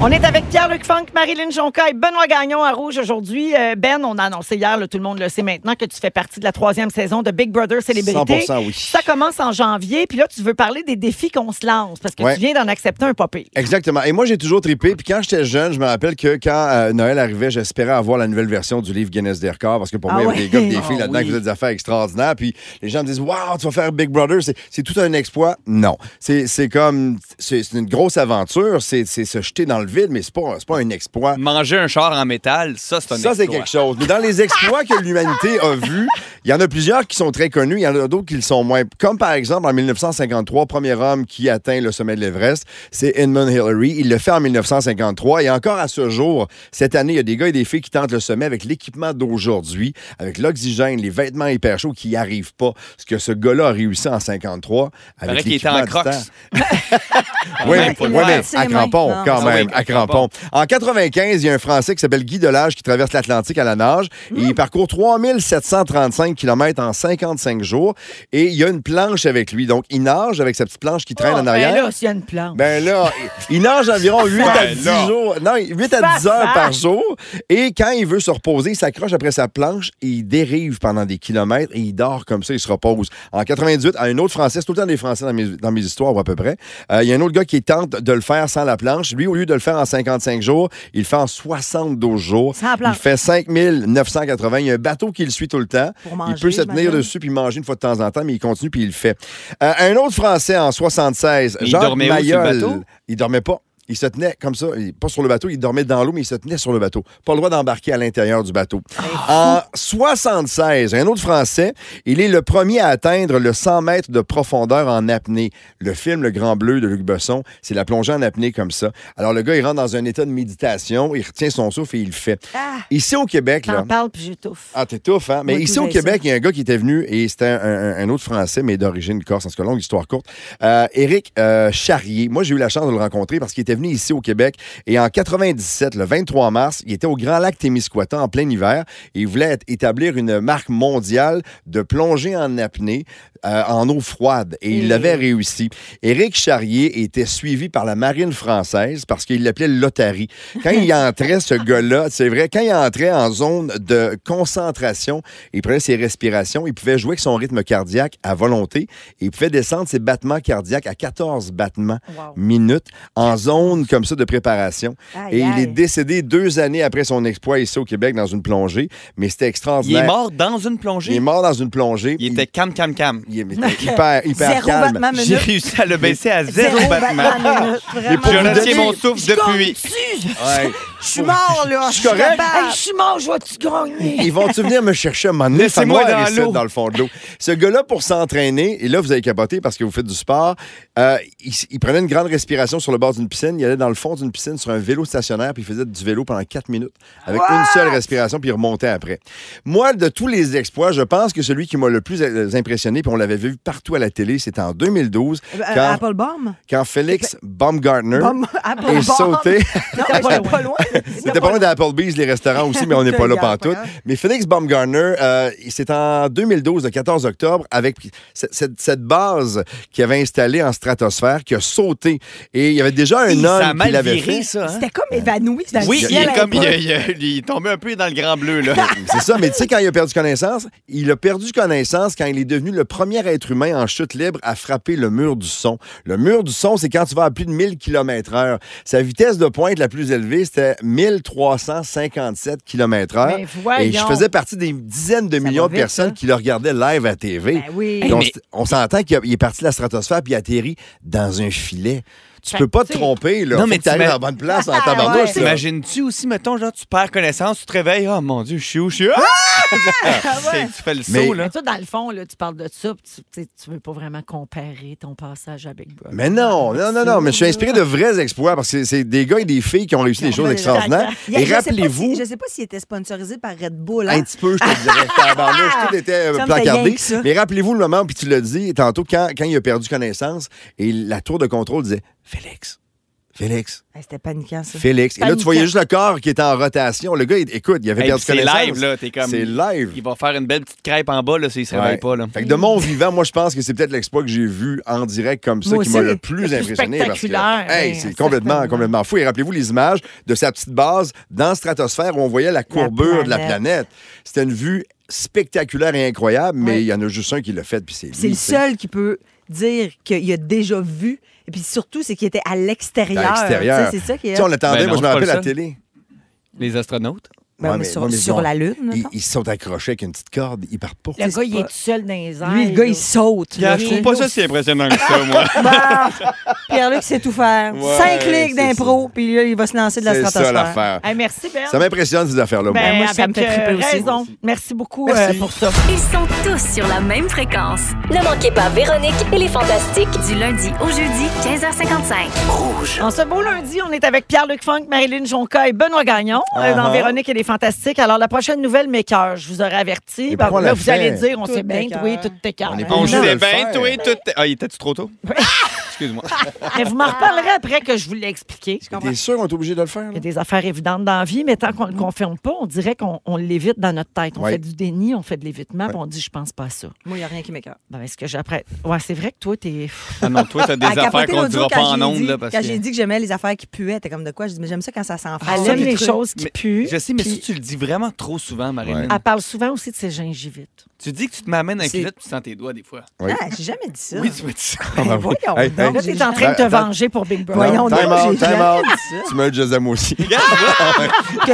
On est avec Pierre-Luc Funk, Marilyn Jonca et Benoît Gagnon à Rouge aujourd'hui. Euh, ben, on a annoncé hier, là, tout le monde le sait maintenant, que tu fais partie de la troisième saison de Big Brother Célébrité. 100% oui. Ça commence en janvier, puis là, tu veux parler des défis qu'on se lance, parce que Ouais. tu viens d'en accepter un popé. Exactement. Et moi, j'ai toujours trippé. Puis quand j'étais jeune, je me rappelle que quand euh, Noël arrivait, j'espérais avoir la nouvelle version du livre Guinness des records. Parce que pour Ah moi, il y ouais. avait des gars et des Ah filles là-dedans oui. qui faisaient des affaires extraordinaires. Puis les gens me disent Waouh, tu vas faire Big Brother. C'est- C'est tout un exploit. Non. C'est c'est comme. C'est c'est une grosse aventure. C'est c'est se jeter dans le vide, mais c'est pas, c'est pas un exploit. Manger un char en métal, ça, c'est un Ça, c'est exploit. quelque chose. Mais dans les exploits que l'humanité a vus, il y en a plusieurs qui sont très connus, il y en a d'autres qui le sont moins. Comme par exemple en 1953, premier homme qui atteint le sommet de l'Everest, c'est Edmund Hillary. Il le fait en 1953 et encore à ce jour, cette année, il y a des gars et des filles qui tentent le sommet avec l'équipement d'aujourd'hui, avec l'oxygène, les vêtements hyper chauds qui n'y arrivent pas. Ce que ce gars-là a réussi en 53 Paraît avec qu'il était en l'équipement du crocs. [LAUGHS] temps. Oui, Ouais, mais, faut Ah, le ouais, faire. mais Ses à mains. crampons, Non. quand Ah même, oui, à crampons. En 95, il y a un Français qui s'appelle Guy Delage qui traverse l'Atlantique à la nage. Et il parcourt 3735 km en 55 jours et il y a une planche avec lui. Donc, il nage avec sa petite planche qui traîne en ben arrière. là, s'il y a une planche. Ben là, il il nage environ 8 à Ben 10 là. jours. Non, 8 à 10 heures par jour. Et quand il veut se reposer, il s'accroche après sa planche et il dérive pendant des kilomètres et il dort comme ça, il se repose. En 98, un autre Français, c'est tout le temps des Français dans mes, dans mes histoires ou à peu près, euh, il y a un autre gars qui tente de le faire sans la planche. Lui, au lieu de le faire en 55 jours, il le fait en 72 jours. Sans la planche. Il fait 5980. Il y a un bateau qui le suit tout le temps. Pour manger, il peut se tenir j'imagine. dessus puis manger une fois de temps en temps, mais il continue puis il le fait. Euh, un autre Français en 76, Il Jacques dormait où, sur le Mayol. bateau? Il dormait pas. Il se tenait comme ça, il- pas sur le bateau, il dormait dans l'eau, mais il se tenait sur le bateau. Pas le droit d'embarquer à l'intérieur du bateau. En 76, un autre Français, il est le premier à atteindre le 100 mètres de profondeur en apnée. Le film Le Grand Bleu de Luc Besson, c'est la plongée en apnée comme ça. Alors le gars, il rentre dans un état de méditation, il retient son souffle et il le fait. Ah. Ici au Québec, là, T'en parles, puis j'étouffe. ah, t'étouffes, hein? Mais Moi, ici, tout, au j'ai Québec, il y a un gars qui était venu, et c'était un, un- un autre Français, mais d'origine corse, en tout cas, longue histoire courte. Euh, Éric euh, Charrier. Moi, j'ai eu la chance de le rencontrer parce qu'il était venu ici, au Québec, et en 97, le 23 mars, il était au Grand Lac Témiscouata en plein hiver, et il voulait ét- établir une marque mondiale de plongée en apnée euh, en eau froide, et Mm. il l'avait réussi. Éric Charrier était suivi par la marine française parce qu'il l'appelait l'Otari. [LAUGHS] Quand il entrait, ce gars-là, c'est vrai, quand il entrait en zone de concentration, il prenait ses respirations, il pouvait jouer avec son rythme cardiaque à volonté, et il pouvait descendre ses battements cardiaques à 14 battements minutes en zone comme ça de préparation. Aïe, Et il aïe. est décédé deux années après son exploit ici au Québec dans une plongée, mais c'était Il extraordinaire. est mort dans une Il est plongée. mort dans une plongée. Il était cam, cam, cam. il- [LAUGHS] il était hyper, hyper Zéro calme. battement minute. J'ai réussi à le baisser à zéro battement. battement minute, [LAUGHS] Mais bah, vraiment. pour Je vous retiens donner- mon souffle depuis. Ouais. Je suis mort, là. Je suis correct. capable. Hey, je suis mort, je vais-tu gagner? Ils vont-tu venir me chercher à m'emmener Laissez-moi Laissez-moi dans l'eau. dans le fond de l'eau. Ce gars-là, pour s'entraîner, et là, vous avez capoté parce que vous faites du sport, euh, il, s- il prenait une grande respiration sur le bord d'une piscine, il allait dans le fond d'une piscine sur un vélo stationnaire, puis il faisait du vélo pendant quatre minutes avec une seule respiration, puis il remontait après. Moi, de tous les exploits, je pense que celui qui m'a le plus euh, impressionné, puis on l'avait vu partout à la télé, c'était en 2012, Euh, euh, quand, Applebaum? quand Félix Baumgartner [LAUGHS] Bum- est Applebaum? sauté... Non, [LAUGHS] T'es pas j'étais pas loin. C'était pas loin d'Applebee's, les restaurants aussi, mais on n'est pas [LAUGHS] là Regarde, pantoute. pas grave. Mais Félix Baumgartner, euh, c'est en 2012, le 14 octobre, avec c- cette, cette base qu'il avait installée en stratosphère, qui a sauté. Et il y avait déjà un Hi, Ça a homme qui mal l'avait viré, fait. ça. hein? C'était comme évanoui. dans le Oui, ciel, il est un comme. peu. Il, il- il est tombé un peu dans le grand [LAUGHS] bleu, là. C'est ça, mais tu sais, quand il a perdu connaissance, il a perdu connaissance quand il est devenu le premier être humain en chute libre à frapper le mur du son. Le mur du son, c'est quand tu vas à plus de 1000 km/h. Sa vitesse de pointe la plus élevée, c'était 1357 Ben km/h. Mais Ben, voyons. Et je faisais partie des dizaines de va millions de vite, personnes ça. qui le regardaient live à TV. Ben oui. Donc, Mais- c'est- on s'entend qu'il a- il est parti de la stratosphère puis il atterrit dans un filet. Tu Fait peux pas que, te tu sais- tromper, là. Non, Faut mais que t'arrives t'ima- à la bonne place Ah, en tabarnouche, là. T'imagines-tu aussi, mettons, genre, tu perds connaissance, tu te réveilles, oh mon Dieu, je suis où, je suis où? Ah! [LAUGHS] C'est- Tu fais le Mais- saut, là. Mais toi, dans le fond, là, tu parles de ça, puis tu- tu, sais, tu veux pas vraiment comparer ton passage à Big Brother. Mais non, non, non, non, mais je suis inspiré de vrais exploits parce que c'est- c'est des gars et des filles qui ont réussi des choses extraordinaires. Il y a- Et je sais pas si- rappelez-vous, Je sais pas s'il était sponsorisé par Red Bull. hein. un petit peu, je [LAUGHS] te dirais, tabarnouche, tout était euh, Ça me fait rien placardé. que ça. Mais rappelez-vous le moment, puis tu l'as dit tantôt, quand, quand il a perdu connaissance et la tour de contrôle disait Félix, Félix, Ah, C'était paniquant, ça. Félix. Et là, tu voyais juste le corps qui était en rotation. Le gars, il- écoute, il avait Hey, perdu puis c'est connaissance. live, là, t'es comme- C'est live. Il va faire une belle petite crêpe en bas, là, s'il se Ouais. réveille pas, là. Fait que de mon vivant, moi, je pense que c'est peut-être l'exploit que j'ai vu en direct comme ça Moi qui m'a aussi. hein, le plus Le plus impressionné. parce que, spectaculaire, hey, ben, c'est complètement, certainement. complètement fou. Et rappelez-vous les images de sa petite base dans la stratosphère où on voyait la courbure de la planète. planète. C'était une vue spectaculaire et incroyable, mais il y en a juste un qui l'a fait, puis c'est lui. C'est le tu sais. seul qui peut dire qu'il a déjà vu. Et puis surtout, c'est qu'il était à À l'extérieur. l'extérieur. Tu sais, C'est ça qui Tu est. sais, on l'attendait, Ben moi, je me non, c'est pas rappelle le à la seul. télé. Les astronautes. Ben, Ouais, mais mais- sur, ouais, mais sur bon, la Lune. Ils, mettons. ils sont accrochés avec une petite corde, ils partent pas. Le gars, c'est il est pas- tout seul dans les airs. Lui, le gars, là. il saute. là, je tu sais. trouve pas ça si impressionnant que ça, moi. Bah, Pierre-Luc sait tout faire. Ouais, Cinq c'est clics d'impro, puis là, il va se lancer de la C'est ça stratosphère. l'affaire. Hey, merci, Ben. Ça m'impressionne, ces affaires-là. moi. Ben, moi, ça me avec, fait triper euh, aussi. raison. Merci beaucoup Merci. euh, pour ça. Ils sont tous sur la même fréquence. Ne manquez pas Véronique et les Fantastiques. Du lundi au jeudi, 15h55. En ce beau lundi, on est avec Pierre-Luc Funk, Marilyn Jonca et Benoît Gagnon euh, dans Uh-huh. Véronique et les Fantastiques. Alors, la prochaine nouvelle m'écœure, je vous aurais averti. Et Ben, pourquoi on là, la vous fait? allez dire, on Tout sait bien, t'écœure. oui, tout écart. On est pas On obligé de sait le bien, faire. toi, tout. Ah, il était-tu trop tôt? Excuse-moi. Mais vous m'en reparlerez après que je vous l'ai expliqué. T'es sûr qu'on est obligé de le faire? Il là? y a des affaires évidentes dans la vie, mais tant qu'on ne le confirme pas, on dirait qu'on on l'évite dans notre tête. On Ouais. fait du déni, on fait de l'évitement, puis on dit je pense pas à ça. Moi, il n'y a rien qui m'écœure. Ben, est-ce que j'apprête? Ouais, c'est vrai que toi, t'es. Ah non, toi, t'as Elle des a affaires capoté qu'on l'autre dira jour pas quand en j'ai ondes, dit- là, parce Quand que- j'ai dit que j'aimais les affaires qui puaient, t'es comme de quoi? Je dis, mais j'aime ça quand ça s'en fait. Elle ça, aime les trucs. choses qui Mais puent. Je sais, mais puis si tu le dis vraiment trop souvent, Marilyn. Elle parle souvent aussi de ses gingivites. Tu dis que tu te m'amènes un C'est- culotte puis tu sens tes doigts [LAUGHS] des fois. Oui. Ah, j'ai jamais dit ça. Oui, tu me dis ça. Ah, ben oui. voyons Hey, donc. hey, Là, t'es en train de te Attends. venger pour Big Brother. Voyons donc, time out, j'ai time jamais out. Tu me disais moi aussi. que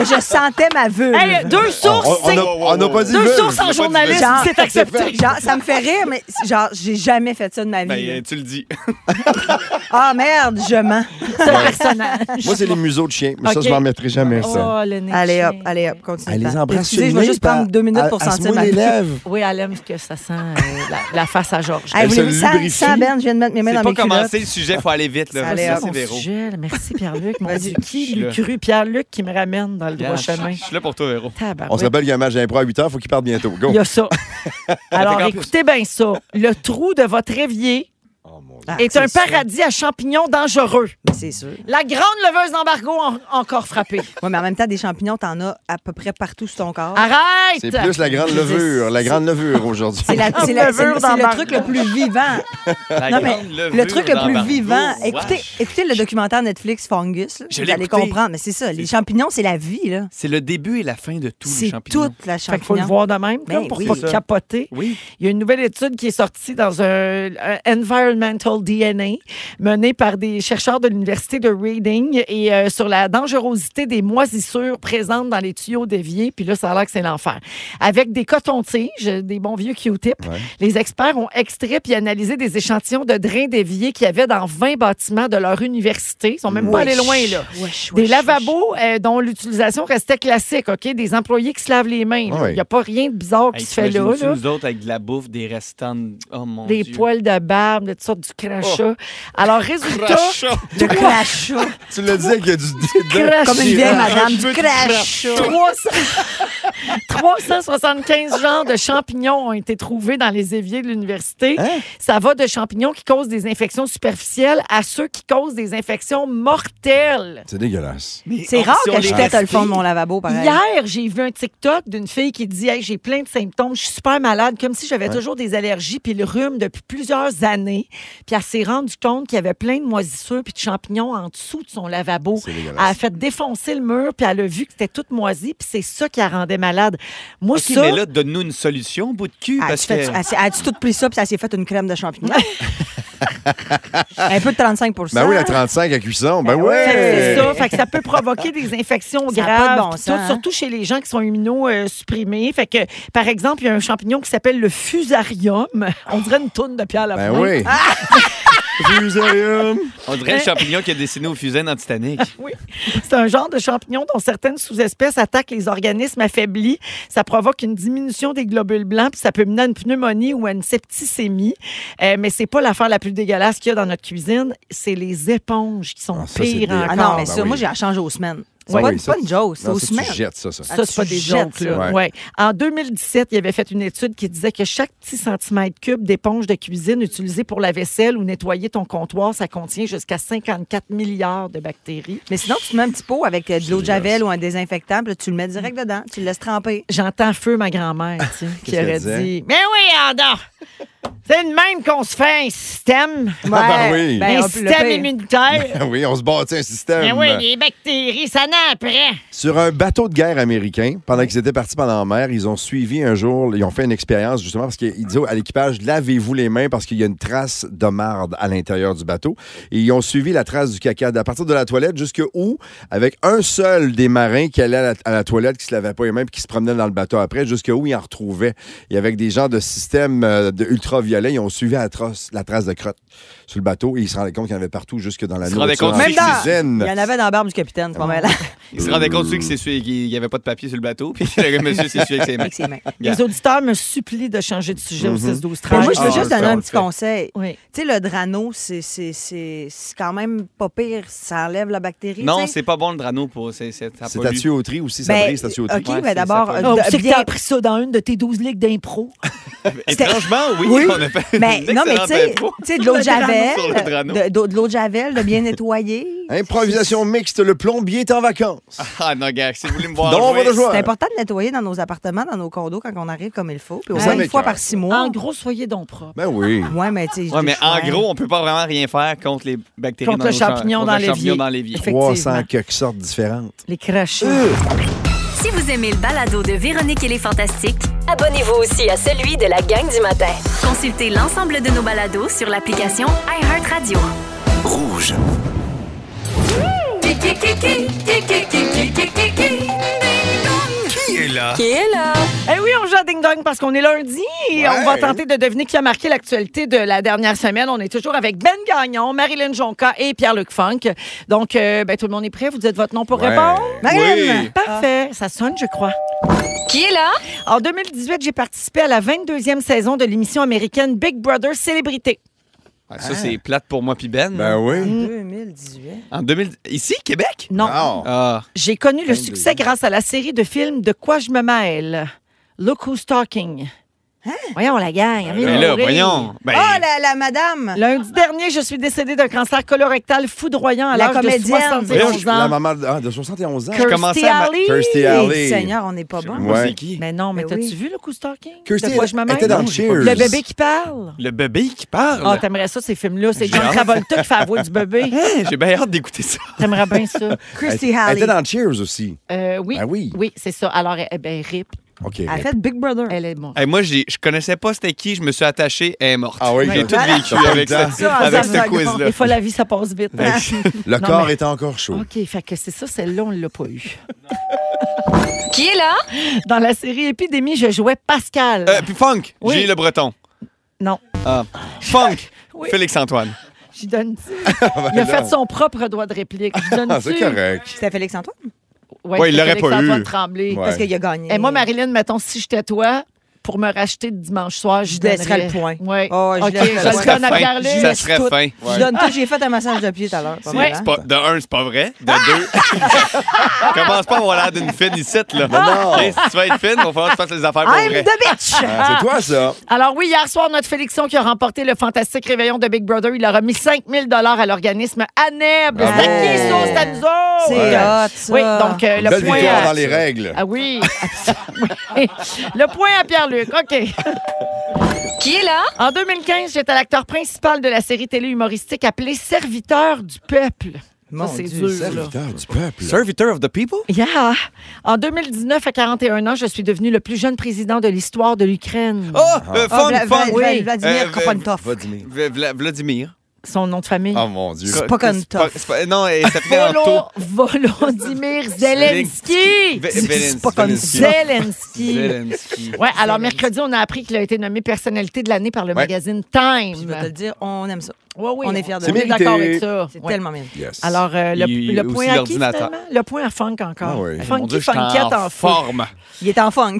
je sentais ma vulve. Hey, deux On- sources, on- c'est- On n'a pas dit deux vulve. sources en journalisme, Genre- c'est accepté. Genre, ça me fait rire, mais genre, j'ai jamais fait ça de ma vie. Ben, euh, tu le dis. Ah merde, je mens. C'est un personnage. Moi, c'est les museaux de chien. Mais ça, Ok. je m'en mettrai jamais, ça. Oh, le nez de Allez hop, chien. allez hop, continue. Elle les Pat. embrasse Excusez, je sur le vais nez, juste puis prendre deux minutes elle- pour elle se sentir mouille ma les vulve. lèvres. Oui, elle aime ce que ça sent, euh, la, la face à Georges. Hey, Elle se voulez-vous sans, lubrifie. sans Ben, je viens de mettre mes mains C'est dans pas mes commencé culottes. le sujet, faut aller vite, là. Allez, Ça, hop. c'est Mon Véro. sujet, là. Merci Pierre-Luc. Mon Vas-y. Dieu, qui l'eût là. cru? Pierre-Luc qui me ramène dans le droit Regarde, chemin. Je suis là pour toi, Véro. On se Tabarouette. rappelle qu'il y a un match d'impro à 8 h, faut qu'il parte bientôt. Go. Il y a ça. Alors, Fait qu'en écoutez bien ça. Le trou de votre évier Oh, mon Dieu. Ah, est c'est un sûr. paradis à champignons dangereux. Mais C'est sûr. La grande leveuse d'embargo en- encore frappée. Oui, mais en même temps, des champignons, t'en as à peu près partout sur ton Ah, corps. Arrête! C'est plus la grande Je levure, la grande levure aujourd'hui. C'est la- c'est la- c'est le Levure dans c'est le ma- truc le plus vivant. La Non, mais grande le levure truc le dans Oh, plus Barbeau. vivant. Wesh. Écoutez, écoutez le documentaire Netflix Fungus. là. Je vous l'ai allez écouté. comprendre, mais c'est ça. Les champignons, c'est la vie. là. C'est le début et la fin de tous les C'est champignons. toute la Fait qu'il faut le champignon. voir de même, comme Ben pour oui. pas C'est ça. capoter. Oui. Il y a une nouvelle étude qui est sortie dans un, un Environmental Chemical DNA, menée par des chercheurs de l'Université de Reading et euh, sur la dangerosité des moisissures présentes dans les tuyaux d'évier. Puis là, ça a l'air que c'est l'enfer. Avec des cotons-tiges, des bons vieux Q-tips, les experts ont extrait puis analysé des échantillons de drains d'évier qu'il y avait dans 20 bâtiments de leur université. Ils sont même pas allés loin, là. Wesh, Des wesh, lavabos euh, dont l'utilisation restait classique, OK? Des employés qui se lavent les mains. là. Ah Il Ouais. n'y a pas rien de bizarre qui Hey, se fait là. t'imagines-tu là. Nous autres, avec de la bouffe, des restants. de- Oh mon Des Dieu. poils de barbe, de toutes sortes, du crachat. Oh. Alors, résultat, Du crachat. [LAUGHS] Tu l'as dit qu'il y a du Crachat. Ah, Comme une vieille Crachat. madame. Du crachat. 300 [LAUGHS] 375 genres de champignons ont été trouvés dans les éviers de l'université. Hein? Ça va de champignons qui causent des infections superficielles à ceux qui causent des infections mortelles. C'est dégueulasse. C'est rare si on que les je tète le fond de respire. mon lavabo, pareil. Hier, j'ai vu un TikTok d'une fille qui dit hey, J'ai plein de symptômes, je suis super malade, comme si j'avais toujours des allergies puis le rhume depuis plusieurs années. Puis elle s'est rendue compte qu'il y avait plein de moisissures puis de champignons en dessous de son lavabo. C'est Elle dégueulasse. a fait défoncer le mur puis elle a vu que c'était toute moisie puis c'est ça qui la rendait malade. Moi, OK, ça. mais là, donne-nous une solution, bout de cul, Elle parce a-tu fait- que... elle s'est- elle a-tu tout pris ça, puis elle s'est fait une crème de [LAUGHS] champignons? Un peu de 35 Ben oui, la 35 à cuisson. Ben, Ben ouais. Fait que C'est ça, fait que ça peut provoquer des infections Ça a graves, pas de bon pis sens, tout, hein? surtout chez les gens qui sont immunosupprimés. Fait que, par exemple, il y a un champignon qui s'appelle le fusarium. On dirait une toune de Pierre Ben Lapointe. oui. [LAUGHS] Fusarium. On dirait le champignon qui a dessiné au fusain dans Titanic. Oui. C'est un genre de champignon dont certaines sous-espèces attaquent les organismes affaiblis. Ça provoque une diminution des globules blancs, puis ça peut mener à une pneumonie ou à une septicémie. Euh, mais c'est pas l'affaire la plus dégueulasse qu'il y a dans notre cuisine, c'est les éponges qui sont Ah, ça, c'est pires dégueu. encore. Ah non, mais Ben ça, oui. moi, j'ai la change aux semaines. C'est Ouais, pas, oui, c'est pas une joke, c'est Non, aux ça, tu semaines. jettes ça, ça. Ça, c'est pas des jettes, jokes, là. ça. Ouais. Ouais. En 2017, il avait fait une étude qui disait que chaque petit centimètre cube d'éponge de cuisine utilisée pour la vaisselle ou nettoyer ton comptoir, ça contient jusqu'à 54 milliards de bactéries. Mais sinon, tu te mets un petit pot avec euh, de l'eau de javel ou un désinfectant, puis là, tu le mets direct dedans, tu le laisses tremper. J'entends feu ma grand-mère, tu sais, qui [LAUGHS] Qu'est-ce aurait qu'elle disait? dit Mais oui, Adam! C'est de même qu'on se fait un système, ben oui. un on peut le système [LAUGHS] faire. immunitaire. Ah [LAUGHS] oui, on se bâtit un Mais système. oui, les bactéries, ça n'en après. Sur un bateau de guerre américain, pendant qu'ils étaient partis pendant la mer, ils ont suivi un jour, ils ont fait une expérience justement parce qu'ils disaient à l'équipage lavez-vous les mains parce qu'il y a une trace de marde à l'intérieur du bateau. Et ils ont suivi la trace du caca à partir de la toilette jusque où, avec un seul des marins qui allait à la, à la toilette, qui se lavait pas les mains puis qui se promenait dans le bateau après, jusque où ils en retrouvaient. Et avec des gens de système euh, de ultraviolets, ils ont suivi la trace, la trace de crotte sur le bateau et ils se rendaient compte qu'il y en avait partout jusque dans la Ils se rendaient nourriture, compte dans Ah. la Même dans- cuisine. Il y en avait dans la barbe du capitaine, c'est pas mal. [LAUGHS] Il se rendait compte celui qui s'essuyait- qu'il n'y avait pas de papier sur le bateau, [LAUGHS] puis le monsieur s'essuyait avec ses mains. Avec ses mains. Yeah. Les auditeurs me supplient de changer de sujet au Mm-hmm. 6 12 13 Mais moi, je veux Ah, juste on donner le fait, on un le petit fait. conseil. Oui. Tu sais, le drano, c'est- c'est c'est- c'est quand même pas pire. Ça enlève la bactérie. Non, tu sais. c'est pas bon le drano pour. C'est c'est- ça C'est pollue. à tuyauterie aussi, ça Ben, brise la tuyauterie. OK, Ouais, c'est- mais d'abord, euh, ça Ah, de- tu sais que bien- t'as appris ça dans une de tes 12 ligues d'impro. Étrangement, oui, Oui. on a fait [LAUGHS] une Ben, non, mais tu excellente sais, info. tu sais, de l'eau de [LAUGHS] Le drano javel, sur le drano. de, de- de l'eau de javel, de bien [LAUGHS] nettoyer. Improvisation mixte, le plombier est en vacances. Ah non, gars, si vous voulez me voir. Donc, on va jouer, le jouer. C'est important de nettoyer dans nos appartements, dans nos condos quand on arrive comme il faut. Puis au Ça moins une fois m'écoeure, par six mois. En gros, soyez donc propre. Ben oui. Ouais, mais tu sais, Ouais, mais en ouais. gros, on peut pas vraiment rien faire contre les bactéries Contre dans le nos champs- champignon contre dans le l'évier. champignon dans l'évier. 300 quelques sortes différentes. Les crachats. Si vous aimez le balado de Véronique et les Fantastiques, Abonnez-vous aussi à celui de la gang du matin. consultez l'ensemble de nos balados sur l'application iHeartRadio. Rouge. Qui est là? Qui est là? Eh oui, on joue à Ding Dong parce qu'on est lundi et on va tenter de deviner qui a marqué l'actualité de la dernière semaine. On est toujours avec Ben Gagnon, Marilyn Jonca et Pierre-Luc Funk. Donc, euh, ben, tout le monde est prêt. Vous dites votre nom pour Ouais. répondre? Marilyn! Oui. Parfait. Ça sonne, je crois. Qui est là? En 2018, j'ai participé à la 22e saison de l'émission américaine Big Brother Célébrité. Ah, Ça, c'est plate pour moi, puis Ben. Ben oui. 2018. En 2000... Ici, Québec? Non. Non. Ah, J'ai connu le succès grâce à la série de films De quoi je me mêle. Look Who's Talking. Voyons, la gang. mais Ah là, voyons. Ben, Ah, la, la madame! Lundi dernier, je suis décédée d'un cancer colorectal foudroyant à La l'âge de comédienne. 71 La ans. maman de, ah, de 71 ans. Je commençais Kirstie à ma- Alley. Ben, Kirstie Eh, Alley. Seigneur, on n'est pas bon. Ouais. moi, c'est qui? Mais non, mais Mais t'as-tu oui. vu le coup stalking? Kirstie de quoi je me mêle? était dans Non, j'ai pas Cheers. vu Le bébé qui parle. Le bébé qui parle? Ah, t'aimerais ça, ces films-là. C'est J'ai John hâte. Travolta qui fait avouer du bébé. [LAUGHS] Hey, J'ai bien hâte d'écouter ça. T'aimerais bien ça. Elle, Christy elle Halley. était dans Cheers aussi. Euh, oui, Ben oui. oui c'est ça. Alors, eh ben, rip. OK. Elle a fait Big Brother. Elle est morte. Hey, moi, j'ai- je connaissais pas c'était qui, je me suis attaché, elle est morte. Ah oui, j'ai j'ai tout vécu avec ça, Ça, en avec cinq ce secondes. quiz-là. Ben, Des fois, la vie, ça passe vite. [LAUGHS] Le Non, corps mais- était encore chaud. OK, fait que c'est ça, celle-là, on ne l'a pas eu. Qui est là? Dans la série Épidémie, je jouais Pascal. Euh, puis Funk, Oui. j'ai le breton. Non, Ah. Funk, [LAUGHS] Oui. Félix-Antoine. j'y [LAUGHS] donne Il a fait son propre droit de réplique. Je donne ben Ah, c'est correct. C'était Félix-Antoine? Ouais, Ouais, il c'était l'aurait pas eu. Félix-Antoine Tremblay. Ouais. Parce qu'il a gagné. Et moi, Marilyn, mettons, si j'étais toi, pour me racheter de dimanche soir, je Je laisserais le point. Oui. Ah ouais, je OK, laisserais le je point. le donne à Ça serait Pierre-Luc. fin. Ça serait tout. fin. Je donne tout. J'ai fait un massage de pied tout à l'heure. pas mal, hein? C'est pas- de un, c'est pas vrai. De deux, [LAUGHS] commence pas à avoir l'air d'une fine ici, là. Non, non. Ok, si tu vas être fine, il va falloir que tu fasses les affaires pour I'm vrai. the bitch! Ah, c'est toi, ça. Alors oui, hier soir, notre Félixon qui a remporté le fantastique réveillon de Big Brother, il a remis 5 000 à l'organisme ANEB. Bravo. C'était qui ça? C'était nous autres. C'est Ouais. hot, ça. Oui, donc euh, Une le Belle point... victoire à- dans les règles. Ah oui. Oui. Le point à Pierre-Luc. OK. Qui est là? En 2015, j'étais l'acteur principal de la série télé humoristique appelée Serviteur du peuple. Mon ça, c'est Dieu, dur, là. Serviteur du peuple. Serviteur of the people? Yeah. En 2019, à 41 ans, je suis devenu le plus jeune président de l'histoire de l'Ukraine. Oh, euh, Ah, Funk, Vla- Funk. Vla- Oui. Euh, Vladimir euh, Kopontov. Vladimir. V- Vla- Vladimir. Son nom de famille. Oh mon Dieu. C'est pas comme pas- tough. c'est pas- Non, et ça fait un Volo- taux. Volodymyr Zelensky. Ve- Velens- pas comme Velensky. Zelensky. Zelensky. Ouais, alors mercredi, on a appris qu'il a été nommé personnalité de l'année par le Ouais. magazine Je Time. vais te le dire, on aime ça. Ouais, oui, on est fiers de C'est on lui. est mérité. d'accord avec ça. C'est Ouais. tellement bien. Yes. Alors, euh, le, Il- le aussi point à qui, l'ordinateur. finalement? Le point à Funk encore. Ah oui. Mon Funky, Dieu, je suis funkette en feu. en forme. Il est en funk.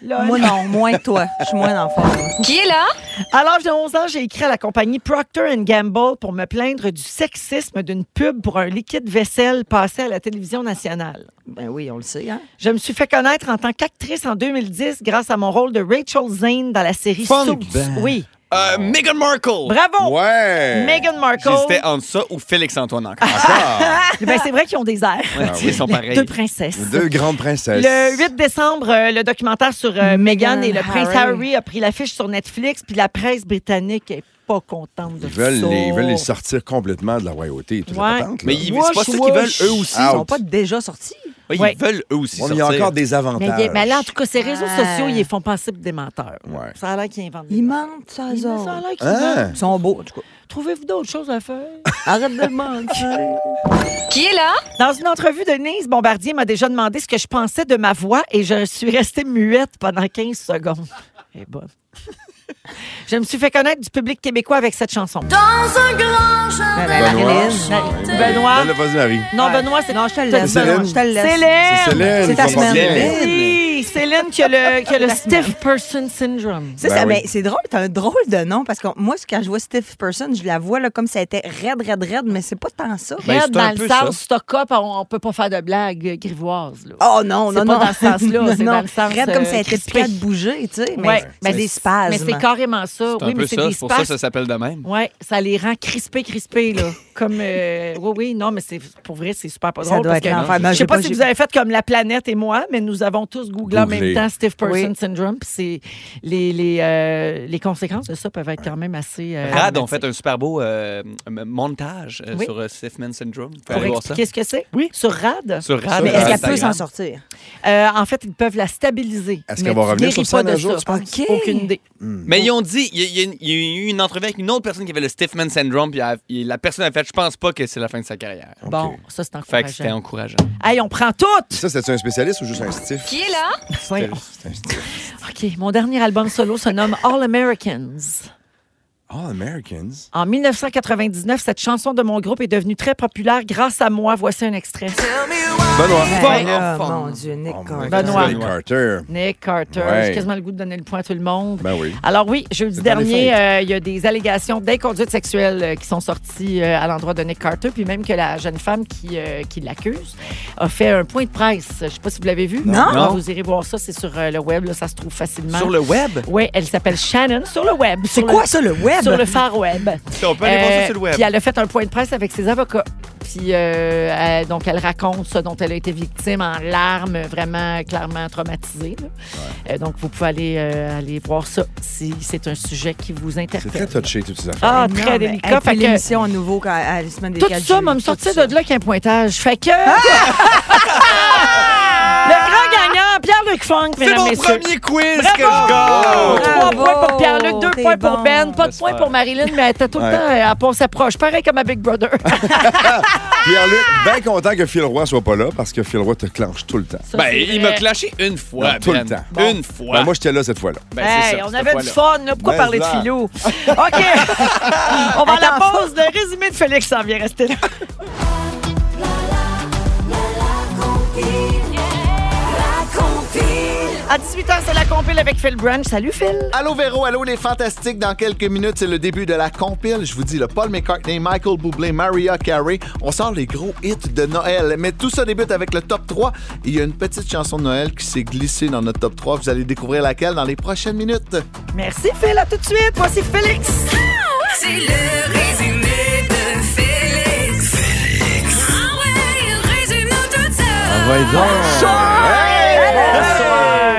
Là, moi, là. non, moins que toi. Je suis moins en forme. Qui est là? À l'âge de 11 ans, j'ai écrit à la compagnie Procter Gamble pour me plaindre du sexisme d'une pub pour un liquide vaisselle passé à la télévision nationale. Ben oui, on le sait. Hein? Je me suis fait connaître en tant qu'actrice en 2010 grâce à mon rôle de Rachel Zane dans la série Funk. Suits. Oui. Euh, Meghan Markle. Bravo! Ouais. Meghan Markle. J'hésitais entre ça ou Félix-Antoine encore. Ah, Encore. Ben, c'est vrai qu'ils ont des airs. Ouais, tu sais, Ils sont pareils. Deux princesses. Deux grandes princesses. Le 8 décembre, euh, le documentaire sur euh, Meghan Meghan et le prince Harry. Harry a pris l'affiche sur Netflix, puis la presse britannique est pas contente de Ils veulent, ça. les, ils veulent les sortir complètement de la royauté. et toute la Ouais. patente, là. Mais ils- c'est pas ça qu'ils veulent, eux aussi. Ils Ouch. sont pas déjà sortis. Ils Ouais. veulent eux aussi Ouais, mais il y sortir. a encore des Mais, avantages. il est- mais là, en tout cas, ces réseaux Ah. sociaux, ils les font penser pour des menteurs. Ouais. Ça a l'air qu'ils inventent. des Ils menteurs. mentent, ça, Ils eux inventent- ça a autres. l'air qu'ils inventent. Hein? Ils sont beaux, en tout cas. Trouvez-vous d'autres choses à faire? Arrête de mentir. Qui est là? Dans une entrevue, Denise Bombardier m'a déjà demandé ce que je pensais de ma voix et je suis restée muette pendant 15 secondes. Eh ben. je me suis fait connaître du public québécois avec cette chanson. Benoît. Benoît. Belle, vas-y, Marie. Non, Benoît, c'est... Non, je te le T'as laisse. dit Céline. Je te le Céline! laisse. C'est Céline. C'est ta ils sont pas semaine. bien. Oui, Céline qui a le, qui a le stiff person syndrome. Ça, Ben ça- oui. mais c'est drôle, t'as un drôle de nom parce que moi, quand je vois Steve Person, je la vois là, comme ça était raide, raide, raide, mais c'est pas tant ça. Ben, Raide c'est un dans le peu sens ça. stock-up, on, on peut pas faire de blagues grivoises. là. Oh non, C'est non, pas non. dans ce sens-là, c'est [LAUGHS] Non, dans le sens, Raide comme ça euh, était crispé. pas de bouger, tu sais. Ouais, ben, Mais c'est des Mais spasmes. c'est carrément ça. C'est un Oui, peu mais c'est ça, des c'est pour ça que spasmes. ça s'appelle de même. Oui, ça les rend crispés, crispés, [LAUGHS] là. comme. euh, oui, oui, non, mais c'est pour vrai, c'est super pas Ça drôle. doit parce être que- l'enfer. Ben, Je sais j'ai pas pas- si j'ai- vous avez fait comme la planète et moi, mais nous avons tous googlé en Googlé. même temps Stiff Person Oui. Syndrome. Puis c'est les, les, euh, les conséquences de ça peuvent être quand même assez. euh, Rad ont dramatiques. fait un super beau euh, m- montage euh, Oui. sur euh, Stiffman Syndrome. Faut Pour aller voir expliquer ce que c'est? Oui. Sur RAD, ça. Sur Rad. Mais sur est-ce qu'elle peut Instagram. s'en sortir? euh, en fait, ils peuvent la stabiliser. Est-ce Mais qu'elle va tu revenir sur guéris pas scène de un jour, ça. tu penses? OK. Aucune idée. Mais ils ont dit, il y, a- il y a une- il y a eu une entrevue avec une autre personne qui avait le Stiffman Syndrome, puis elle- il- la personne a fait, je pense pas que c'est la fin de sa carrière. Bon, ça, c'est Fait que c'était encourageant. encourageant. Hey, on prend toutes! Ça, c'est un spécialiste ou juste un stiff? Qui est là? Voyons. C'est un stiff. [LAUGHS] OK, mon dernier album solo se nomme All Americans. All Ah, Americans. En 1999, cette chanson de mon groupe est devenue très populaire grâce à moi. Voici un extrait. Benoît. Ben Bon, là, bon. Mon Dieu, Nick Oh, Carter. Benoît. Nick Carter. Nick Carter. Ouais. J'ai quasiment le goût de donner le point à tout le monde. Ben oui. Alors oui, jeudi C'est dans les dernier, euh, il y a des allégations d'inconduite sexuelle euh, qui sont sorties euh, à l'endroit de Nick Carter, puis même que la jeune femme qui, euh, qui l'accuse a fait un point de presse. Je ne sais pas si vous l'avez vu. Non. Ah, Vous irez voir ça, c'est sur euh, le web, là, ça se trouve facilement. Sur le web? Oui, elle s'appelle Shannon sur le web. C'est Sur quoi le- ça, le web? Sur le far web. On peut aller voir ça Euh, sur le web. Puis elle a fait un point de presse avec ses avocats. Puis euh, elle- donc elle raconte ce dont elle a été victime en larmes, vraiment clairement traumatisée. là. Euh, donc vous pouvez aller, euh, aller voir ça si c'est un sujet qui vous C'est interpelle. très touché, toutes ces affaires. ah, Non, très mais délicat. elle fait Fait que, l'émission à nouveau quand, à la semaine des tout quatre ça jeux, m'a me tout sorti ça. Ah! de [LAUGHS] là qu'un pointage. Fait que. le grand gagnant, Pierre-Luc funk, C'est mesdames, mon messieurs. premier quiz que Bravo! je gagne! Trois Bravo! points pour Pierre-Luc, deux T'es points pour bon. Ben, pas de J'espère. points pour Marilyn, mais elle était tout le Ouais. temps, euh, elle pensait proche. Pareil comme à Big Brother. Ah! Pierre-Luc, bien content que Phil Roy soit pas là parce que Phil Roy te clenche tout le temps. Ça, Ben, c'est il Euh, vrai. m'a clashé une fois, Non, tout le Ben. temps. Une fois. Ben, moi, j'étais là cette fois-là. Ben, c'est Hey, ça, on cette avait du fois-là. fun, là. Pourquoi Ben, parler de là. [LAUGHS] philo? OK. on va à la pause. Le résumé de Félix s'en vient rester là. À 18h, c'est la compile avec Phil Branch. Salut, Phil. Allô Véro, allô les fantastiques. Dans quelques minutes, c'est le début de la compile. Je vous dis, le Paul McCartney, Michael Bublé, Mariah Carey. On sort les gros hits de Noël. Mais tout ça débute avec le top 3. Il y a une petite chanson de Noël qui s'est glissée dans notre top 3. Vous allez découvrir laquelle dans les prochaines minutes. Merci, Phil. À tout de suite. Voici Félix. C'est le résumé de Félix. Félix. Ah ouais, il résume nous tout ça.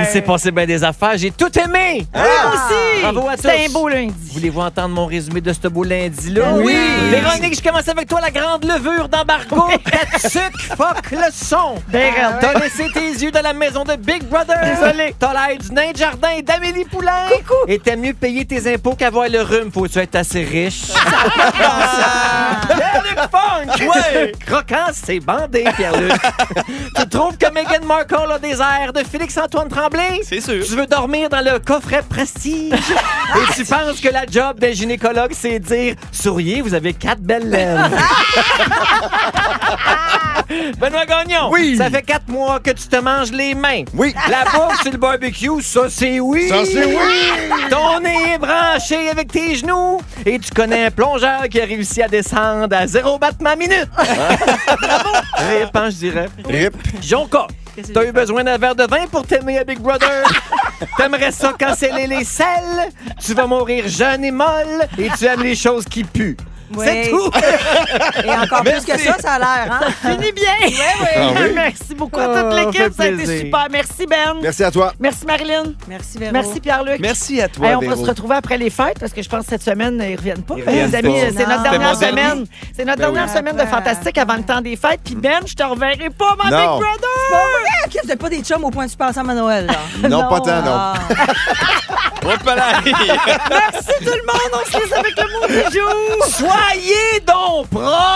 Il s'est passé bien des affaires. J'ai tout aimé. Ah! Moi aussi. Bravo à C'était un tous. beau lundi. Voulez-vous entendre mon résumé de ce beau lundi-là? Oui. Véronique, je commence avec toi. La grande levure d'embargo. [LAUGHS] Ta sucre, fuck le son. Ah Ben, regarde. T'as laissé tes yeux dans la maison de Big Brother. Désolé. T'as l'air du nain de jardin et d'Amélie Poulain. Coucou. Et t'aimes mieux payer tes impôts qu'avoir le rhume. Faut-tu être assez riche? [LAUGHS] Pierre-Luc Funk! Ouais! [LAUGHS] Croquant, c'est bandé, [LAUGHS] Pierre-Luc. tu trouves que Meghan Markle a des airs de Félix-Antoine Tremblay? C'est sûr. Tu veux dormir dans le coffret [LAUGHS] prestige? Et tu penses que la job d'un gynécologue, c'est dire Souriez, vous avez quatre belles lèvres. Benoît Gagnon, Oui. ça fait quatre mois que tu te manges les mains. Oui. La bouffe sur le barbecue, ça c'est oui. Ça, c'est oui. Ton nez est branché avec tes genoux et tu connais un plongeur qui a réussi à descendre à zéro battement minute. Ah. Rip, hein, je dirais. Rip. Jonka, t'as eu besoin d'un verre de vin pour t'aimer à Big Brother. T'aimerais ça canceller les selles. Tu vas mourir jeune et molle et tu aimes les choses qui puent. Oui. C'est tout. Et encore Merci. plus que ça, ça a l'air, hein? Fini bien. Ah oui. Merci beaucoup à toute Oh, l'équipe. fait Ça a été plaisir. super. Merci, Ben. Merci, Merci à toi. Marilyn. Merci, Véro. Merci, Pierre-Luc. Merci à toi, Hey, on va Véro. se retrouver après les fêtes parce que je pense que cette semaine, ils ne reviennent pas. Ils reviennent [LAUGHS] les amis, pas. c'est notre Non. dernière C'était mon dernier. semaine. C'est notre dernière oui. semaine de Fantastique avant le temps des fêtes. Puis Ben, je te reverrai pas, ma Non. Big Brother! Ok, vous êtes pas des chums au point de super ensemble à Noël, là. Non, pas tant, non. Ah. Hop là! [LAUGHS] Merci tout le monde! On se laisse avec le mot du jour! Soyez donc propres!